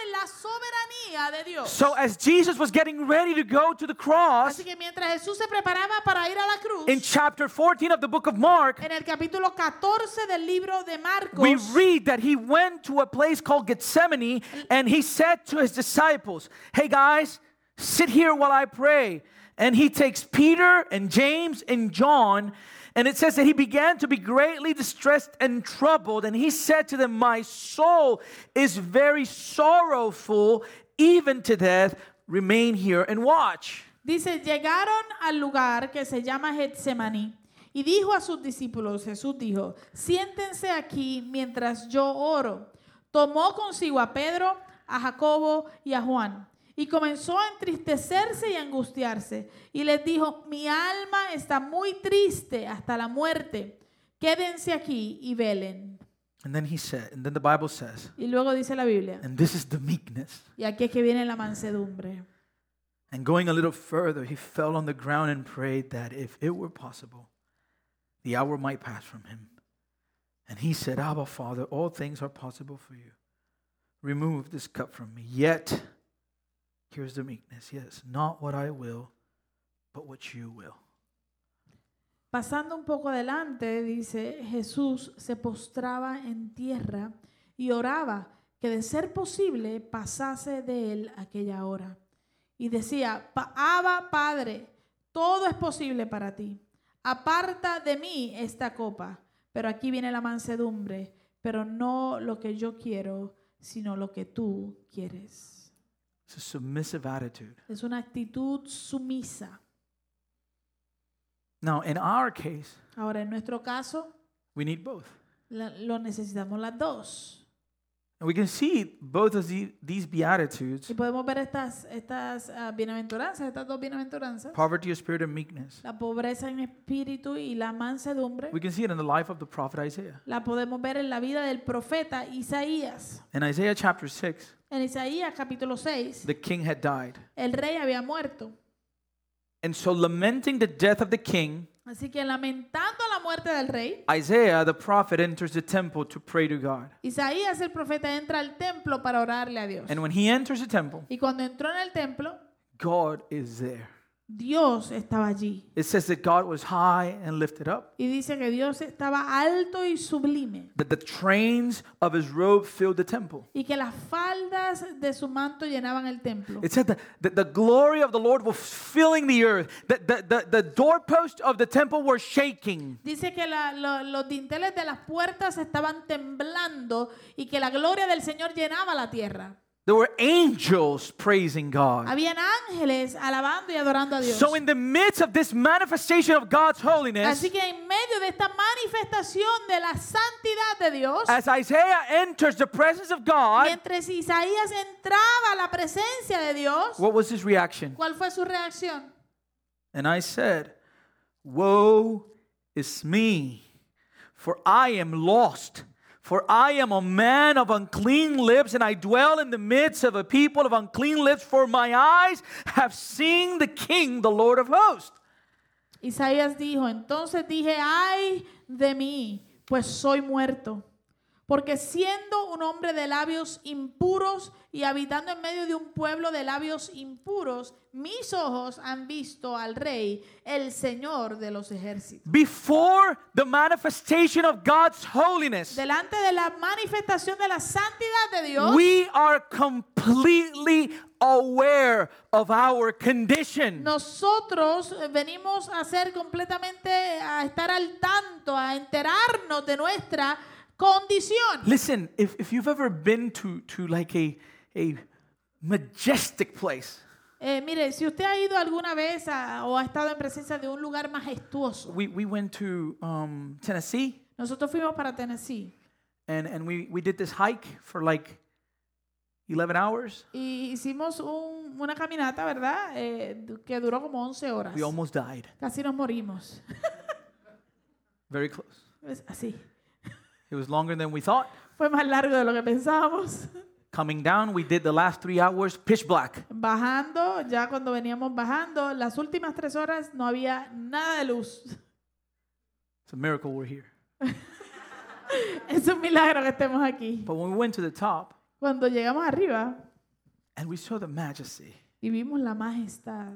en la soberanía de Dios.
So, as Jesus was getting ready to go to the cross,
Así que mientras Jesús se preparaba para ir a la cruz,
in chapter 14 of the book of Mark,
en el capítulo 14 del libro de Marcos,
we read that he went to a place called Gethsemane and he said to his disciples, Hey guys, sit here while I pray. And he takes Peter and James and John, and it says that he began to be greatly distressed and troubled. And he said to them, My soul is very sorrowful, even to death. Remain here and watch.
Dice, llegaron al lugar que se llama Getsemaní y dijo a sus discípulos, Jesús dijo, siéntense aquí mientras yo oro. Tomó consigo a Pedro, a Jacobo y a Juan Y comenzó a entristecerse y a angustiarse. Y les dijo, mi alma está muy triste hasta la muerte. Quédense aquí y velen.
And then he said, and then the Bible says,
Y luego dice la Biblia,
and this is the meekness.
y aquí es que viene la mansedumbre.
And going a little further, he fell on the ground and prayed that if it were possible, the hour might pass from him. And he said, Abba, Father, all things are possible for you. Remove this cup from me. Yet, here's the meekness yes, not what I will, but what you will.
Pasando un poco adelante, dice, Jesús se postraba en tierra y oraba que de ser posible pasase de él aquella hora. Y decía, "Pa- Abba Padre, todo es posible para ti. Aparta de mí esta copa. Pero aquí viene la mansedumbre, pero no lo que yo quiero, sino lo que tú quieres.
It's a submissive attitude.
Es una actitud sumisa.
Now, in our case,
Ahora, en nuestro caso,
we need both.
la- lo necesitamos las dos.
And we can see both of the- these Beatitudes
Y podemos ver estas, estas ah, bienaventuranzas, estas dos bienaventuranzas,
poverty of spirit and meekness.
la pobreza en espíritu y la mansedumbre,
We can see it in the life of the prophet Isaiah.
la podemos ver en la vida del profeta Isaías.
In Isaiah chapter 6,
En Isaías capítulo 6,
the king had died.
el rey había muerto.
And so, lamenting the death of the king,
Así que lamentando la muerte del rey,
Isaiah the prophet enters the temple to pray to God.
Isaías el profeta entra al templo para orarle a Dios.
And when he enters the temple,
Y cuando entró en el templo,
God is there.
Dios estaba allí.
It says that God was high and lifted up,
Y dice que Dios estaba alto y sublime.
that the trains of his robe filled the temple.
Y que las faldas de su manto llenaban el templo.
It said that that the glory of the Lord was filling the earth, that the, the, the doorposts of the temple were shaking.
Dice que la- lo- los dinteles de las puertas estaban temblando y que la gloria del Señor llenaba la tierra.
There were angels praising God.
Habían ángeles alabando y adorando a Dios.
So, in the midst of this manifestation of God's holiness,
Así que en medio de esta manifestación de la santidad de Dios,
as Isaiah enters the presence of God,
mientras Isaías entraba a la presencia de Dios,
what was his reaction?
¿cuál fue su reacción?
And I said, Woe is me, for I am lost. For I am a man of unclean lips, and I dwell in the midst of a people of unclean lips, for my eyes have seen the King, the Lord of hosts.
Isaías dijo, entonces dije, ay de mí, pues soy muerto. Porque siendo un hombre de labios impuros y habitando en medio de un pueblo de labios impuros, mis ojos han visto al rey, el Señor de los ejércitos.
Before the manifestation of God's holiness,
Delante de la manifestación de la santidad de Dios,
we are completely aware of our condition.
nosotros venimos a ser completamente, a estar al tanto, a enterarnos de nuestra condición.
Listen, if, if you've ever been to, to like a, a majestic place,
Eh, mire, si usted ha ido alguna vez a- o ha estado en presencia de un lugar majestuoso,
we, we went to um, Tennessee
nosotros fuimos para Tennessee
and, and we, we did this hike for like 11 hours.
y hicimos un- una caminata, ¿verdad? Eh, du- que duró como 11 horas.
We almost died.
Casi nos morimos.
Very close.
Es Así.
It was longer than we thought.
Fue más largo de lo que pensábamos.
Coming down, we did the last three hours pitch black.
Bajando, ya cuando veníamos bajando, las últimas tres horas no había nada de luz.
It's a miracle we're here.
Es un milagro que estemos aquí.
But when we went to the top
Cuando llegamos arriba
and we saw the majesty,
y vimos la majestad,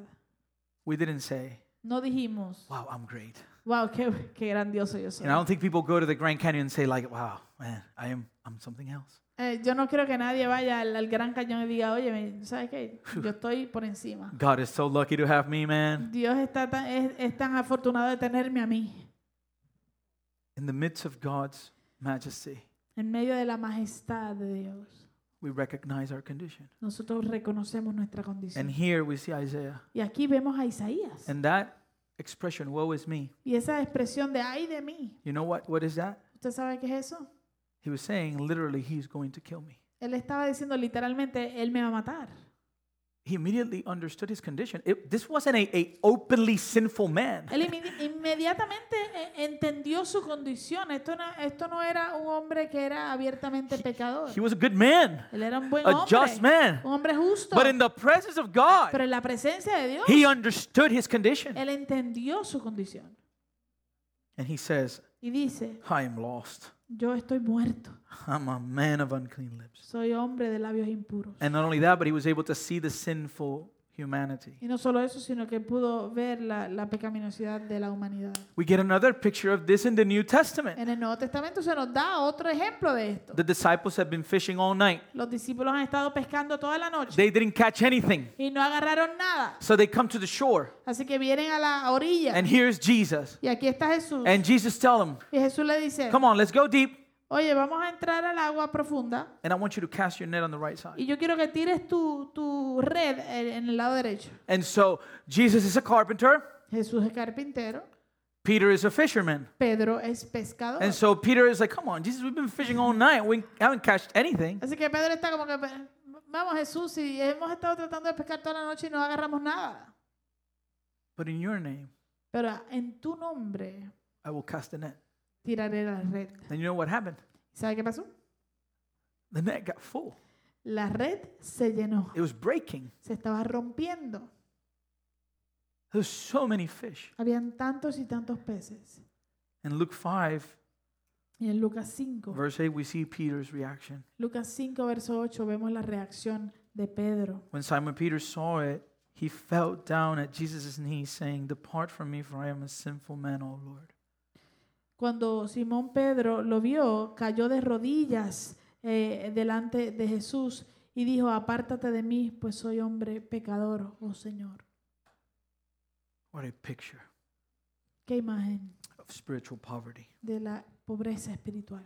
we didn't say,
no dijimos,
wow, I'm great.
wow, qué, qué grandioso yo soy.
And I don't think people go to the Grand Canyon and say like, wow, man, I am, I'm something else.
Eh, yo no quiero que nadie vaya al, al Gran Cañón y diga, oye, me- ¿sabes qué? Yo estoy por encima.
God is so lucky to have me, man.
Dios está tan, es, es tan afortunado de tenerme a mí
In the midst of God's majesty,
en medio de la majestad de Dios.
we recognize our condition.
Nosotros reconocemos nuestra condición.
And here we see Isaiah.
Y aquí vemos a Isaías.
And that expression, woe is me,
Y esa expresión de ay de mí.
you know what? What is that?
¿Usted sabe qué es eso?
He was saying, literally, he's going to kill me.
Él estaba diciendo literalmente, él me va a matar.
he immediately understood his condition. It, this wasn't a, a openly sinful man.
Él inmedi- inmediatamente eh, entendió su condición. Esto no, esto no era un hombre que era abiertamente pecador.
He was a good man,
Él era un buen
a
hombre,
just man.
un hombre justo.
but in the presence of God,
Pero en la presencia de Dios,
he understood his condition.
él entendió su condición.
And he says,
Y dice,
I am lost.
yo estoy muerto.
I'm a man of unclean lips.
Soy hombre de labios impuros.
And not only that, but he was able to see the sinful humanity.
Y no solo eso, sino que pudo ver la, la pecaminosidad de la humanidad.
We get another picture of this in the New Testament.
En el Nuevo Testamento se nos da otro ejemplo de esto.
The disciples have been fishing all night.
Los discípulos han estado pescando toda la noche
They didn't catch anything.
y no agarraron nada.
So they come to the shore.
Así que vienen a la orilla
And here's Jesus.
y aquí está Jesús.
And Jesus tell them,
Y Jesús le dice,
"Come on, let's go deep,
oye, vamos a entrar al agua profunda
and I want you to cast your net on the right side."
y yo quiero que tires tu, tu red en en el lado derecho.
And so Jesus is a carpenter,
Jesús es carpintero,
Peter is a fisherman.
Pedro es pescador.
And so Peter is like, "Come on, Jesus, we've been fishing all night. We haven't catched anything."
Así que Pedro está como que, vamos Jesús, si hemos estado tratando de pescar toda la noche y no agarramos nada.
But in your name,
Pero en tu nombre
I will cast the net.
tiraré la red.
And you know what happened?
¿Sabe qué pasó?
The net got full.
La red se llenó,
It was breaking.
se estaba rompiendo.
There was so many fish.
Habían tantos y tantos peces.
In Luke 5,
Y en Lucas 5,
verse 8, we see Peter's reaction.
Lucas 5, verso 8, vemos la reacción de Pedro.
When Simon Peter saw it, he fell down at Jesus' knees, saying, Depart from me, for I am a sinful man, O Lord.
Cuando Simón Pedro lo vio, cayó de rodillas eh, delante de Jesús y dijo, apártate de mí, pues soy hombre pecador, oh Señor.
What a picture
Qué imagen
of spiritual poverty
de la pobreza espiritual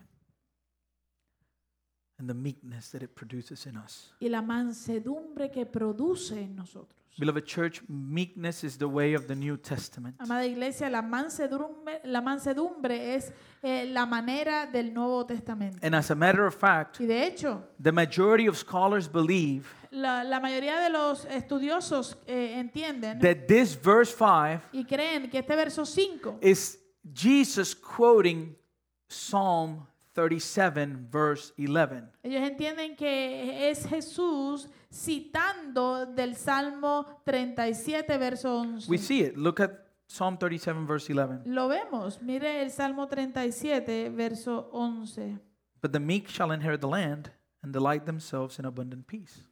and the meekness that it produces in us.
y la mansedumbre que produce en nosotros.
Beloved church, meekness is the way of the New Testament.
Amada iglesia, la mansedumbre, la mansedumbre es eh, la manera del Nuevo Testamento.
And as a matter of fact,
Y de hecho,
the majority of scholars believe
la, la mayoría de los estudiosos eh, entienden
that this verse 5
y creen que este verso 5
is Jesus quoting Psalm 37, verse 11.
Ellos entienden que es Jesús citando del Salmo 37, verso
We
11.
see it. Look at Psalm 37, verse 11.
Lo vemos, mire el Salmo 37, verso 11.
But the meek shall inherit the land and delight themselves in abundant peace.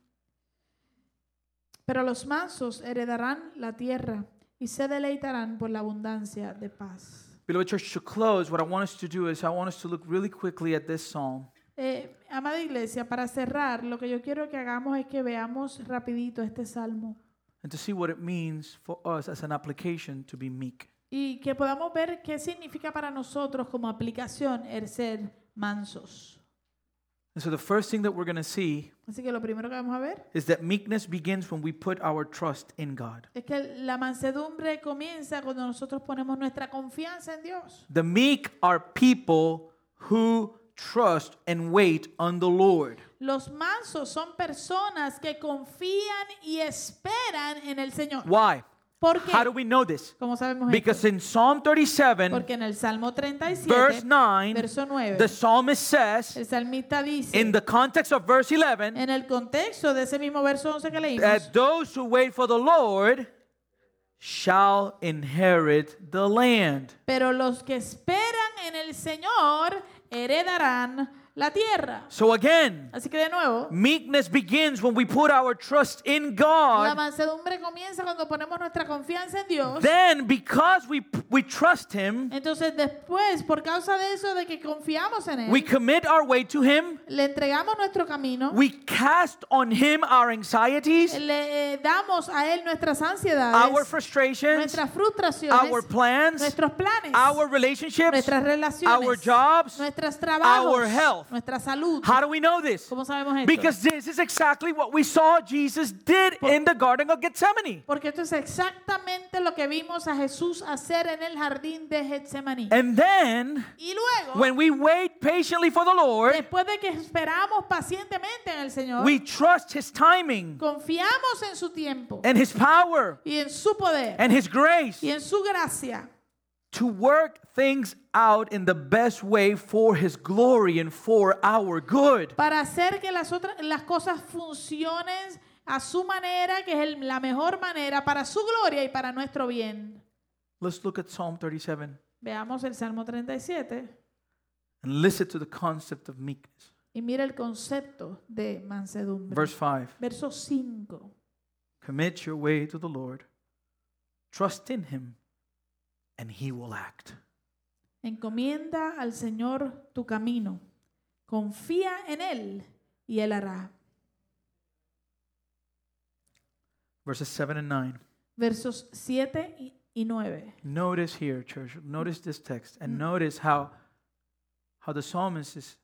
Pero los mansos heredarán la tierra y se deleitarán por la abundancia de paz.
Beloved church, to close, what I want us to do is I want us to look really quickly at this psalm
Eh, amada iglesia, para cerrar, lo que yo quiero que hagamos es que veamos rapidito este salmo
and to see what it means for us as an application to be meek.
y que podamos ver qué significa para nosotros como aplicación el ser mansos.
And so the first thing that we're going to see
Así que lo primero que vamos a ver
is that meekness begins when we put our trust in God.
es que la mansedumbre comienza cuando nosotros ponemos nuestra confianza en Dios.
The meek are people who trust and wait on the Lord.
Los mansos son personas que confían y esperan en el Señor.
Why?
¿Por qué?
How do we know this?
¿Cómo sabemos
Because
esto?
in Psalm 37,
Porque en el Salmo 37,
verse 9,
verso 9,
the psalmist says,
el salmista dice,
in the context of verse 11,
en el contexto de ese mismo verso 11 que leímos,
that those who wait for the Lord shall inherit the land.
pero los que esperan en el Señor heredarán la tierra.
So again,
Así que de nuevo,
meekness begins when we put our trust in
La
God.
mansedumbre comienza cuando ponemos nuestra confianza en Dios.
Then, because we, we trust Him,
Entonces después, por causa de eso, de que confiamos en
we
Él,
commit our way to Him,
le entregamos nuestro camino,
we cast on Him our anxieties,
le eh, damos a Él nuestras ansiedades,
our frustrations,
nuestras frustraciones,
our plans,
nuestros planes,
our relationships,
nuestras relaciones,
our jobs,
nuestros trabajos,
our health.
nuestra salud.
How do we know this?
¿Cómo sabemos esto?
Because this is exactly what we saw Jesus did in the Garden of Gethsemane.
Porque esto es exactamente lo que vimos a Jesús hacer en en el jardín de Getsemaní.
And then,
Y luego,
when we wait patiently for the Lord,
después de que esperamos pacientemente en el Señor,
we trust His timing
confiamos en su tiempo
and His power
y en su poder
and His grace
y en su gracia
to work things out in the best way for His glory and for our good.
para hacer que las, otras, las cosas funcionen a su manera, que es el- la mejor manera, para su gloria y para nuestro bien.
Let's look at Psalm 37
Veamos el Salmo 37
and listen to the concept of meekness.
y mira el concepto de mansedumbre.
Verse 5
Verso 5.
Commit your way to the Lord, trust in Him, and He will act.
Encomienda al Señor tu camino. Confía en Él y Él hará.
Verses 7 and 9.
Versos 7 y- y 9.
Notice here, church, notice this text, and notice how, how the psalmist is,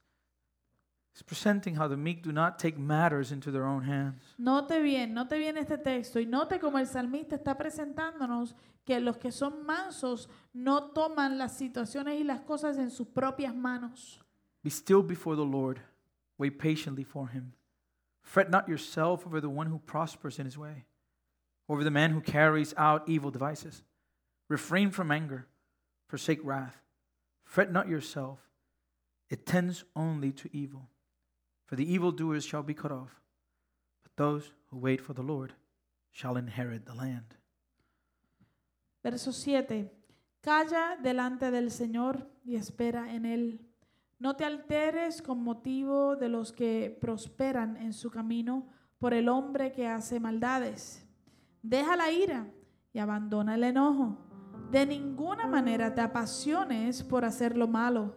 is presenting how the meek do not take matters into their own hands.
Note bien, note bien este texto y note como el salmista está presentándonos que los que son mansos no toman las situaciones y las cosas en sus propias manos.
Be still before the Lord, wait patiently for him. Fret not yourself over the one who prospers in his way, over the man who carries out evil devices. Refrain from anger, forsake wrath. Fret not yourself, it tends only to evil. For the evildoers shall be cut off, but those who wait for the Lord shall inherit the land.
Verso 7. Calla delante del Señor y espera en Él. No te alteres con motivo de los que prosperan en su camino por el hombre que hace maldades. Deja la ira y abandona el enojo. De ninguna manera te apasiones por hacer lo malo,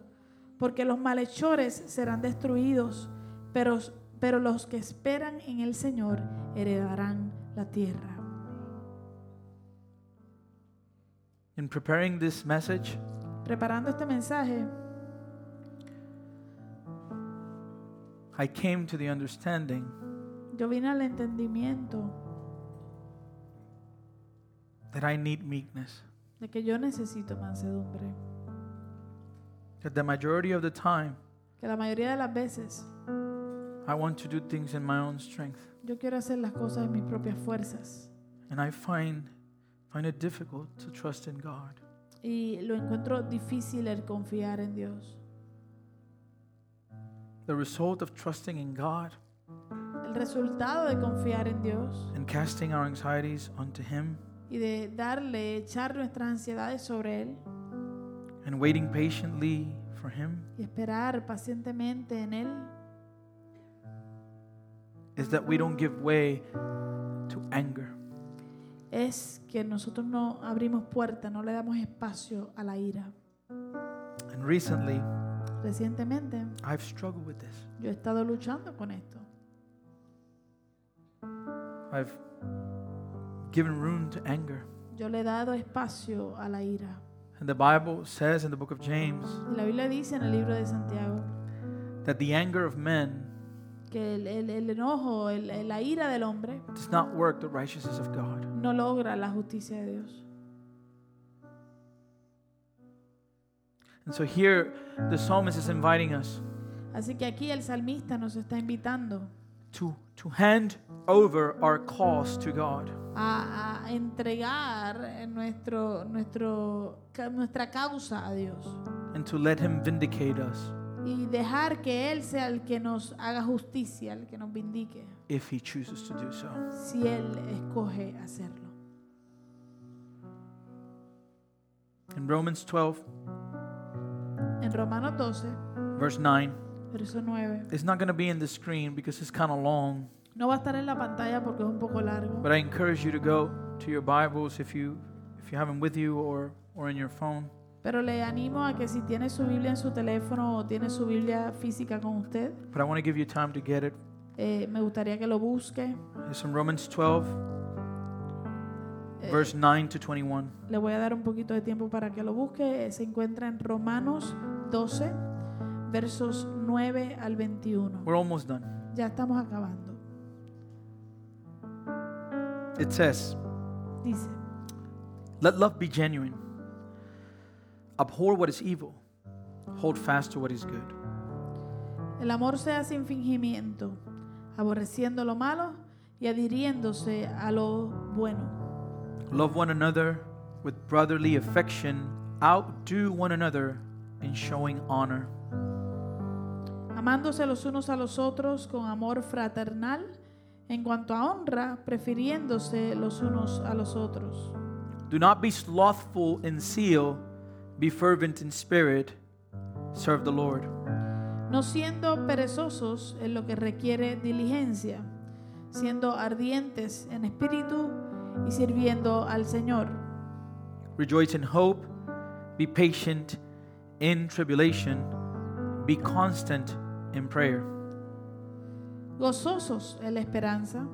porque los malhechores serán destruidos, pero, pero los que esperan en el Señor heredarán la tierra.
In preparing this message,
Preparando este mensaje,
I came to the understanding
Yo vine al entendimiento
that I need meekness,
de que yo necesito mansedumbre,
that the majority of the time,
que la mayoría de las veces
I want to do things in my own strength,
yo quiero hacer las cosas en mis propias fuerzas
and I find find it difficult to trust in God.
y lo encuentro difícil el confiar en Dios.
The result of trusting in God
El resultado de confiar en Dios
and casting our anxieties onto Him
y de darle, echar nuestras ansiedades sobre Él
and waiting patiently for Him
y esperar pacientemente en Él
is that we don't give way to anger,
es que nosotros no abrimos puerta, no le damos espacio a la ira.
and recently
Recientemente
I've struggled with this.
yo he estado luchando con esto.
I've given room to anger,
Yo le he dado espacio a la ira.
and the Bible says in the book of James
Y La Biblia dice en el libro de Santiago
that the anger of men
que el, el- el enojo, el- el- la ira del hombre
does not work the righteousness of God.
no logra la justicia de Dios.
And so here the psalmist is inviting us
Así que aquí el salmista nos está invitando
to, to hand over our cause to God.
a, a entregar nuestro, nuestro, ca- nuestra causa a Dios
and to let Him vindicate us
y dejar que Él sea el que nos haga justicia, el que nos vindique,
if He chooses to do so.
si Él escoge hacerlo.
In Romans 12,
En Romanos 12,
verse 9,
verso 9,
it's not going to be in the screen because it's kind of long,
no va a estar en la pantalla porque es un poco largo.
but I encourage you to go to your Bibles if you if you have them with you or or in your phone
Pero le animo a que si tiene su Biblia en su teléfono o tiene su Biblia física con usted,
but I want to give you time to get it
eh, me gustaría que lo busque.
it's in Romans 12
Eh,
verse 9 to 21
le voy a dar un poquito de tiempo para que lo busque. Eh, Se encuentra en Romanos 12, versos 9 al 21.
we're almost done
Ya estamos acabando.
it says
Dice,
let love be genuine Abhor what is evil, hold fast to what is good.
El amor sea sin fingimiento, aborreciendo lo malo y adhiriéndose a lo bueno.
Love one another with brotherly affection, outdo one another in showing honor.
Amándose los unos a los otros con amor fraternal, en cuanto a honra, prefiriéndose los unos a los otros.
Do not be slothful in zeal, be fervent in spirit, serve the Lord.
No siendo perezosos en lo que requiere diligencia, siendo ardientes en espíritu y sirviendo al Señor.
Rejoice in hope, be patient in tribulation, be constant in prayer.
gozosos en la esperanza,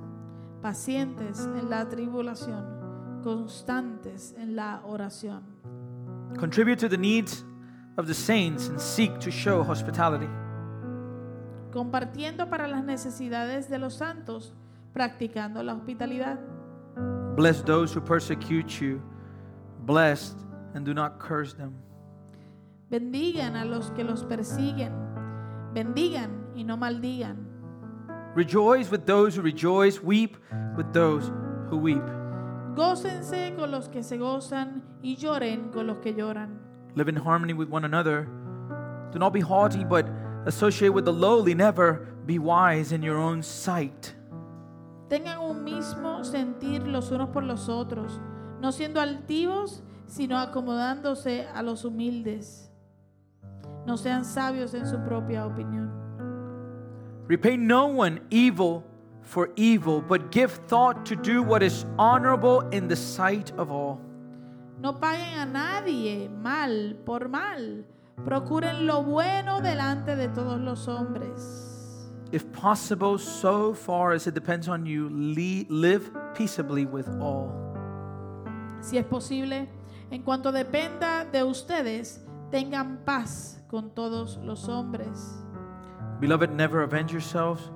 pacientes en la tribulación, constantes en la oración.
Contribute to the needs of the saints and seek to show hospitality.
Compartiendo para las necesidades de los santos, practicando la hospitalidad.
Bless those who persecute you, bless and do not curse them.
Bendigan a los que los persiguen. Bendigan y no maldigan.
Rejoice with those who rejoice, weep with those who weep.
Gócense con los que se gozan y lloren con los que lloran.
Live in harmony with one another. Do not be haughty, but associate with the lowly. Never be wise in your own sight.
Tengan un mismo sentir los unos por los otros, no siendo altivos, sino acomodándose a los humildes. No sean sabios en su propia opinión.
Repay no one evil for evil, but give thought to do what is honorable in the sight of all.
No paguen a nadie mal por mal. Procuren lo bueno delante de todos los hombres.
If possible, so far as it depends on you, le- live peaceably with all.
Si es posible, en cuanto dependa de ustedes, tengan paz con todos los hombres.
Beloved, never avenge yourselves,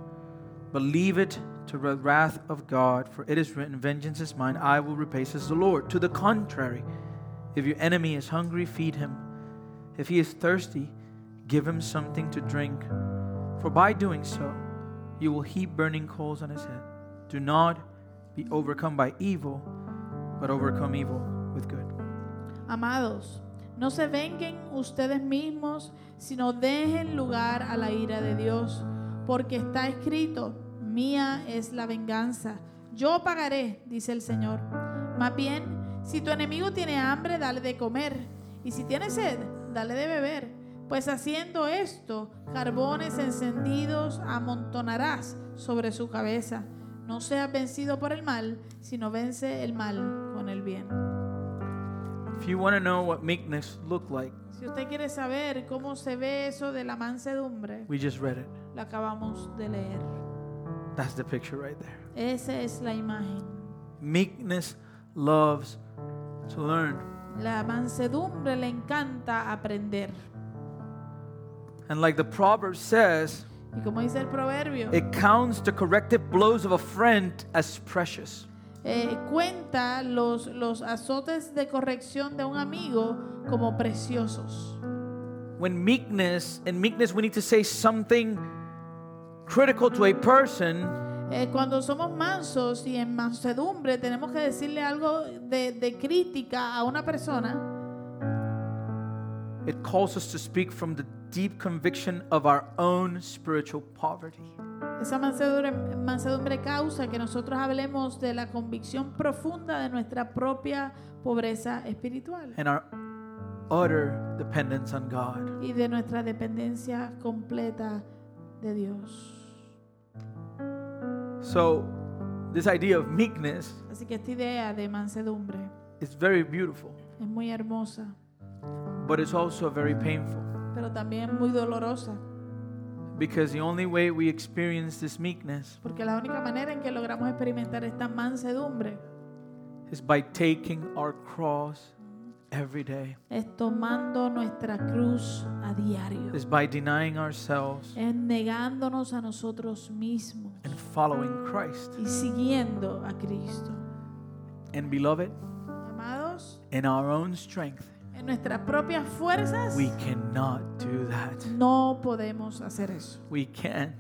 but leave it to the wrath of God, for it is written, Vengeance is mine, I will repay, says the Lord. To the contrary, if your enemy is hungry, feed him. If he is thirsty, give him something to drink, for by doing so, you will heap burning coals on his head. Do not be overcome by evil, but overcome evil with good.
Amados, no se vengan ustedes mismos, sino dejen lugar a la ira de Dios, porque está escrito, mía es la venganza, yo pagaré, dice el Señor. Más bien, si tu enemigo tiene hambre, dale de comer, y si tiene sed, dale de beber, pues haciendo esto, carbones encendidos amontonarás sobre su cabeza. No seas vencido por el mal, sino vence el mal con el bien.
If you want to know what meekness looked like,
Si usted quiere saber cómo se ve eso de la mansedumbre,
we just read it.
la acabamos de leer.
That's the picture right there.
Esa es la imagen.
Meekness loves to learn.
La mansedumbre le encanta aprender.
And like the proverb says,
Y como dice el proverbio,
it counts the corrective blows of a friend as precious.
eh, cuenta los, los azotes de corrección de un amigo como preciosos.
When meekness, in meekness, we need to say something critical to a person
Eh, cuando somos mansos y en mansedumbre tenemos que decirle algo de, de crítica a una persona.
it calls us to speak from the deep conviction of our own spiritual poverty.
Esa mansedumbre, mansedumbre causa que nosotros hablemos de la convicción profunda de nuestra propia pobreza espiritual
and our utter dependence on God.
y de nuestra dependencia completa de Dios.
So, this idea of meekness
Así que esta idea de mansedumbre
is very beautiful,
es muy hermosa,
but it's also very painful
pero también muy dolorosa,
because the only way we experience this meekness
porque la única manera en que logramos experimentar esta mansedumbre
is by taking our cross every day,
es tomando nuestra cruz a diario,
is by denying ourselves
es negándonos a nosotros mismos
and following Christ.
y siguiendo a Cristo.
And beloved,
Amados,
in our own strength,
en nuestras propias fuerzas,
We cannot do that.
no podemos hacer eso.
We can't.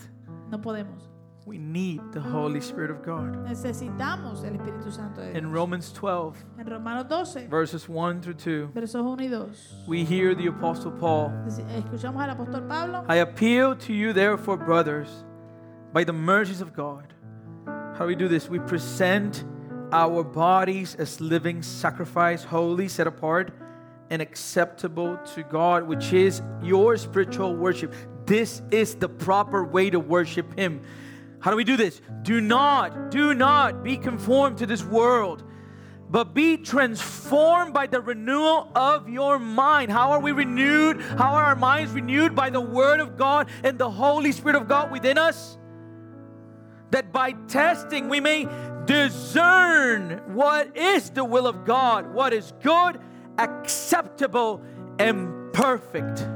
No podemos.
We need the Holy Spirit of God.
Necesitamos el Espíritu Santo de
In
Dios.
Romans 12,
En Romanos 12,
verses 1 through 2,
versos 1 y 2,
we hear the Apostle Paul
deci- escuchamos al apóstol Pablo.
I appeal to you, therefore, brothers, by the mercies of God. How do we do this? We present our bodies as living sacrifice, holy, set apart, and acceptable to God, which is your spiritual worship. This is the proper way to worship Him. How do we do this? Do not, do not be conformed to this world. But be transformed by the renewal of your mind. How are we renewed? How are our minds renewed? By the Word of God and the Holy Spirit of God within us. That by testing we may discern what is the will of God, what is good, acceptable, and perfect.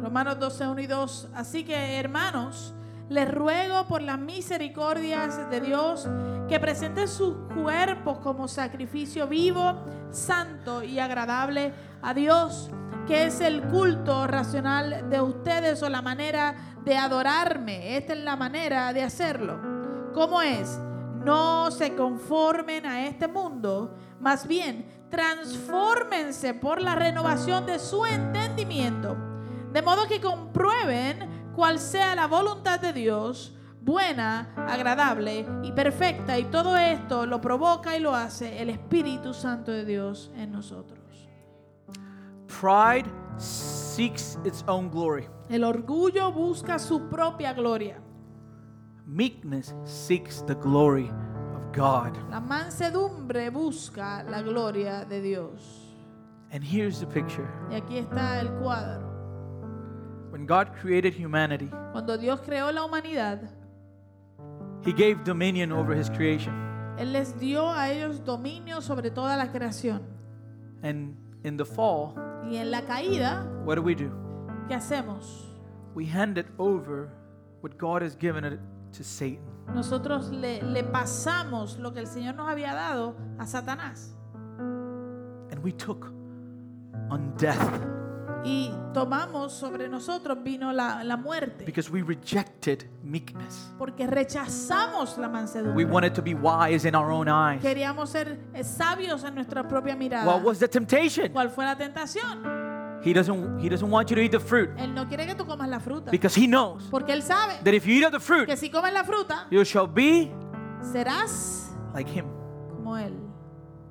Romanos 12, 1 y 2. Así que, hermanos, les ruego por las misericordias de Dios que presenten sus cuerpos como sacrificio vivo, santo y agradable a Dios, que es el culto racional de ustedes o la manera de adorarme. Esta es la manera de hacerlo. ¿Cómo es? No se conformen a este mundo, más bien transfórmense por la renovación de su entendimiento de modo que comprueben cuál sea la voluntad de Dios, buena, agradable y perfecta. Y todo esto lo provoca y lo hace el Espíritu Santo de Dios en nosotros.
Pride seeks its own glory,
El orgullo busca su propia gloria.
meekness seeks the glory of God.
La mansedumbre busca la gloria de Dios.
And here's the picture
Y aquí está el cuadro.
when God created humanity.
Cuando Dios creó la humanidad,
He gave dominion over his creation.
Él les dio a ellos dominio sobre toda la creación.
And in the fall,
Y en la caída,
what do we do?
¿qué hacemos?
We hand it over what God has given it to Satan.
Nosotros le, le pasamos lo que el Señor nos había dado a Satanás
And we took on death
y tomamos sobre nosotros vino la, la muerte
because we rejected meekness.
porque rechazamos la
We
mansedumbre.
wanted to be wise in our own eyes.
Queríamos ser eh, sabios en nuestra propia mirada.
What was the temptation?
¿Cuál fue la tentación?
He doesn't he doesn't want you to eat the fruit
Él no quiere que tú comas la fruta
because he knows
porque él sabe
that if you eat of the fruit,
que si comes la fruta
you shall be
serás
like him.
como él.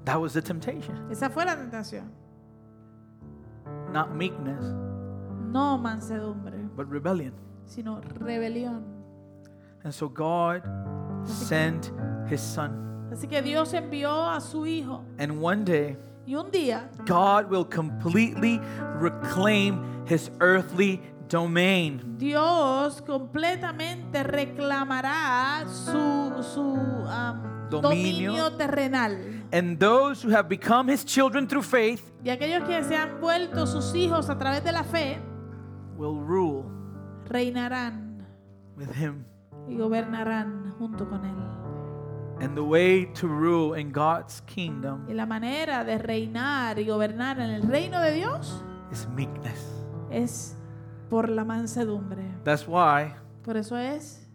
That was the temptation.
Esa fue la tentación.
Not meekness,
No mansedumbre,
but rebellion.
sino rebelión.
And so God sent his son.
Así que Dios envió a su hijo
And one day,
y un día
God will completely reclaim his earthly domain.
Dios completamente reclamará su, su, am,
Dominio.
dominio. terrenal.
And those who have become his children through faith
Y aquellos que se han vuelto sus hijos a través de la fe,
will rule
reinarán
with him.
y gobernarán junto con Él.
And the way to rule in God's kingdom
Y la manera de reinar y gobernar en el reino de Dios
is meekness.
es por la mansedumbre.
That's why
Por eso es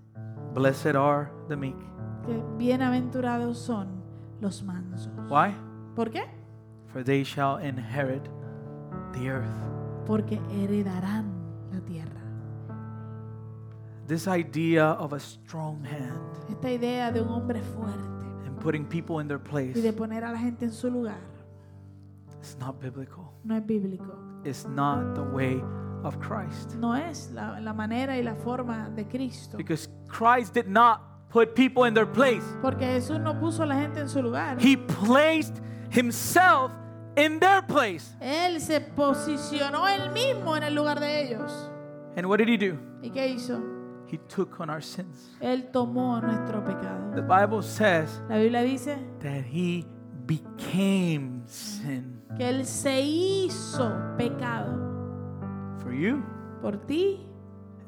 blessed are the meek.
que bienaventurados son los mansos.
Why?
¿Por qué?
For they shall inherit the earth.
Porque heredarán la tierra.
This idea of a strong hand
Esta idea de un hombre fuerte
and putting people in their place
y de poner a la gente en su lugar
is not biblical.
no es bíblico.
It's not the way of Christ.
No es la, la manera y la forma de Cristo.
Because Christ did not put people in their place.
Porque Jesús no puso a la gente en su lugar.
He placed himself in their place.
Él se posicionó él mismo en el lugar de ellos.
And what did he do?
¿Y qué hizo?
He took on our sins.
Él tomó nuestro pecado.
The Bible says
La Biblia dice
that he became sin
que Él se hizo pecado
for you
por ti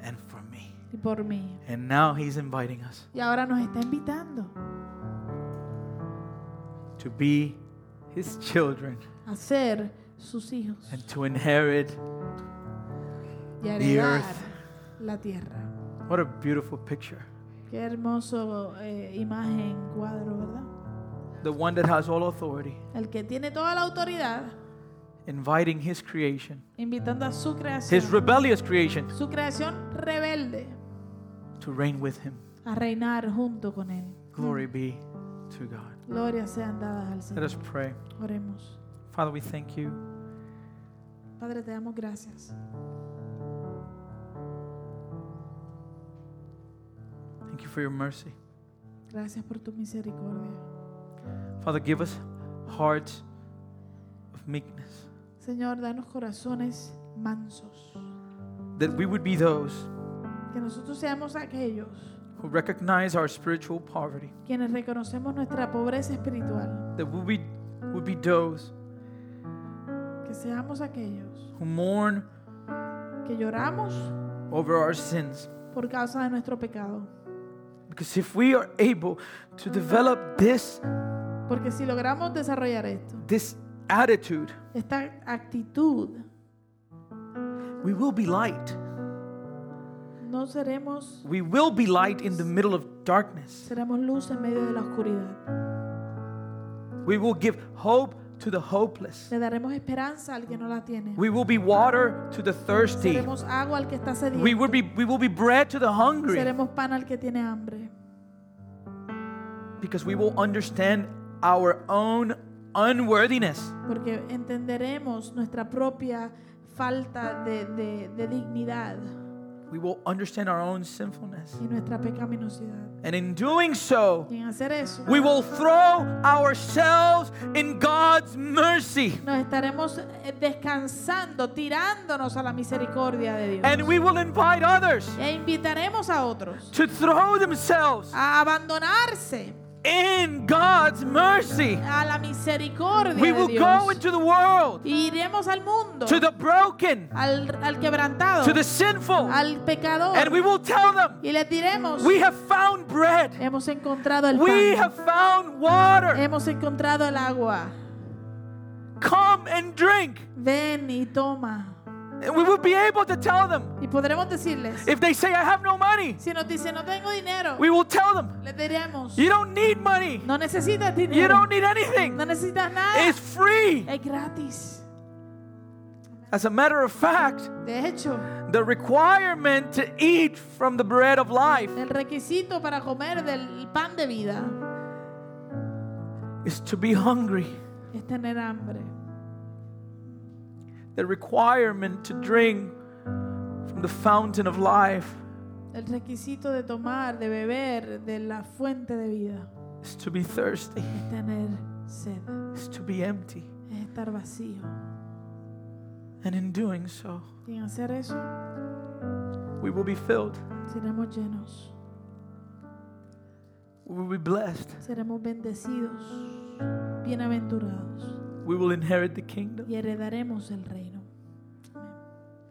and for me.
y por mí.
And now he's inviting us
Y ahora nos está invitando
to be his children
a ser sus hijos
and to inherit.
y a
the
heredar
earth.
la tierra.
What a beautiful picture.
Qué hermoso eh, imagen, cuadro, ¿verdad?
The one that has all authority,
El que tiene toda la autoridad,
inviting his creation,
invitando a su creación,
his rebellious creation,
su creación rebelde,
to reign with him.
a reinar junto con él.
Glory be to God.
Gloria sean dadas al
Let
Señor.
us pray.
Oremos.
Father, we thank you
Padre, te damos gracias.
Thank you for your mercy.
Gracias por tu misericordia.
Father, give us hearts of meekness,
Señor, danos corazones mansos.
that we would be those
Que nosotros seamos aquellos
who recognize our spiritual poverty,
quienes reconocemos nuestra pobreza espiritual.
that we would be, would be those
Que seamos aquellos
who mourn
que lloramos
over our sins.
por causa de nuestro pecado.
Because if we are able to develop this,
Porque si logramos desarrollar esto,
this attitude,
esta actitud,
we will be light.
no seremos,
We will be light in the middle of darkness.
seremos luz en medio de la oscuridad.
We will give hope to the hopeless.
Le daremos esperanza al que no la tiene.
We will be water to the thirsty.
Seremos agua al que está
We
sediento.
will be, we will be bread to the hungry.
Seremos pan al que tiene hambre.
Because we will understand our own unworthiness.
Porque entenderemos nuestra propia falta de, de- de dignidad
We will understand our own sinfulness.
y nuestra pecaminosidad.
And in doing so,
Y en hacer eso,
we will throw ourselves in God's mercy.
nos estaremos eh, descansando, tirándonos a la misericordia de Dios.
And we will invite others
e invitaremos a otros
to throw themselves
a abandonarse
in God's mercy.
a la misericordia
We
de
will go
Dios.
into the world
Y iremos al mundo,
to the broken,
al, al quebrantado,
to the sinful,
al pecador.
and we will tell them,
y les diremos,
We have found bread,
hemos encontrado el
we
pan,
have found water.
hemos encontrado el agua.
Come and drink.
Ven y toma.
And we will be able to tell them.
Y podremos decirles,
If they say, I have no money,
si nos dicen no tengo dinero,
we will tell them,
les diremos,
You don't need money,
no necesitas
you
dinero,
don't need anything.
no necesitas nada,
It's free.
es gratis.
As a matter of fact,
De hecho,
the requirement to eat from the bread of life
el requisito para comer del pan de vida
is to be hungry.
es tener hambre.
The requirement to drink from the fountain of life
El requisito de tomar, de beber de la fuente de vida
is to be thirsty,
es tener sed,
is to be empty.
es estar vacío.
And in doing so,
Y en hacer eso,
we will be filled,
seremos llenos,
we will be blessed,
seremos bendecidos, bienaventurados
we will inherit the kingdom,
y heredaremos el reino.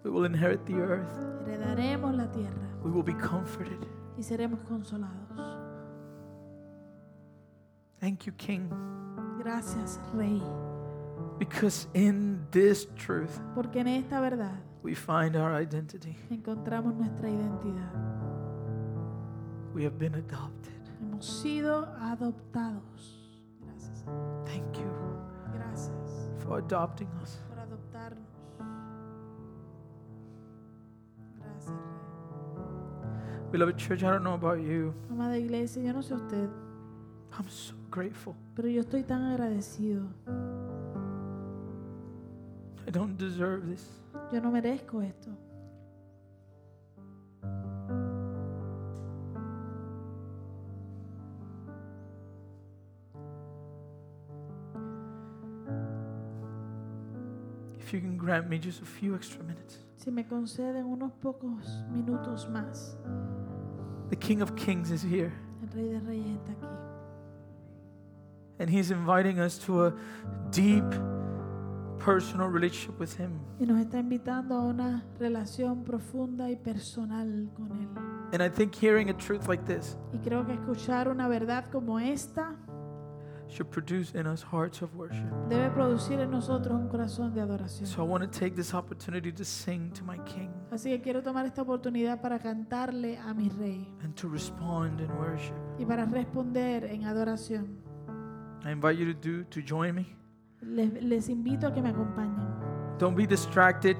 we will inherit the earth,
Heredaremos la tierra
we will be comforted.
y seremos consolados.
Thank you, King.
Gracias, Rey,
Because in this truth,
porque en esta verdad
we find our identity.
encontramos nuestra identidad.
We have been adopted.
Hemos sido adoptados. Gracias.
Thank you
Gracias
for adopting us.
por adoptarnos. Gracias, Rey.
Beloved church, I don't know about you.
Amada iglesia, yo no sé usted,
I'm so grateful.
pero yo estoy tan agradecido.
I don't deserve this.
Yo no merezco esto,
If you can grant me just a few extra minutes.
si me conceden unos pocos minutos más.
The King of Kings is here,
El Rey de Reyes está aquí
and He's inviting us to a deep personal relationship with Him.
y nos está invitando a una relación profunda y personal con Él.
And I think hearing a truth like this
Y creo que escuchar una verdad como esta
should produce in us hearts of worship.
debe producir en nosotros un corazón de adoración.
So I want to take this opportunity to sing to my King
Así que quiero tomar esta oportunidad para cantarle a mi rey
and to respond in worship.
y para responder en adoración.
I invite you to do to join me.
Les, les invito a que me acompañen.
Don't be distracted.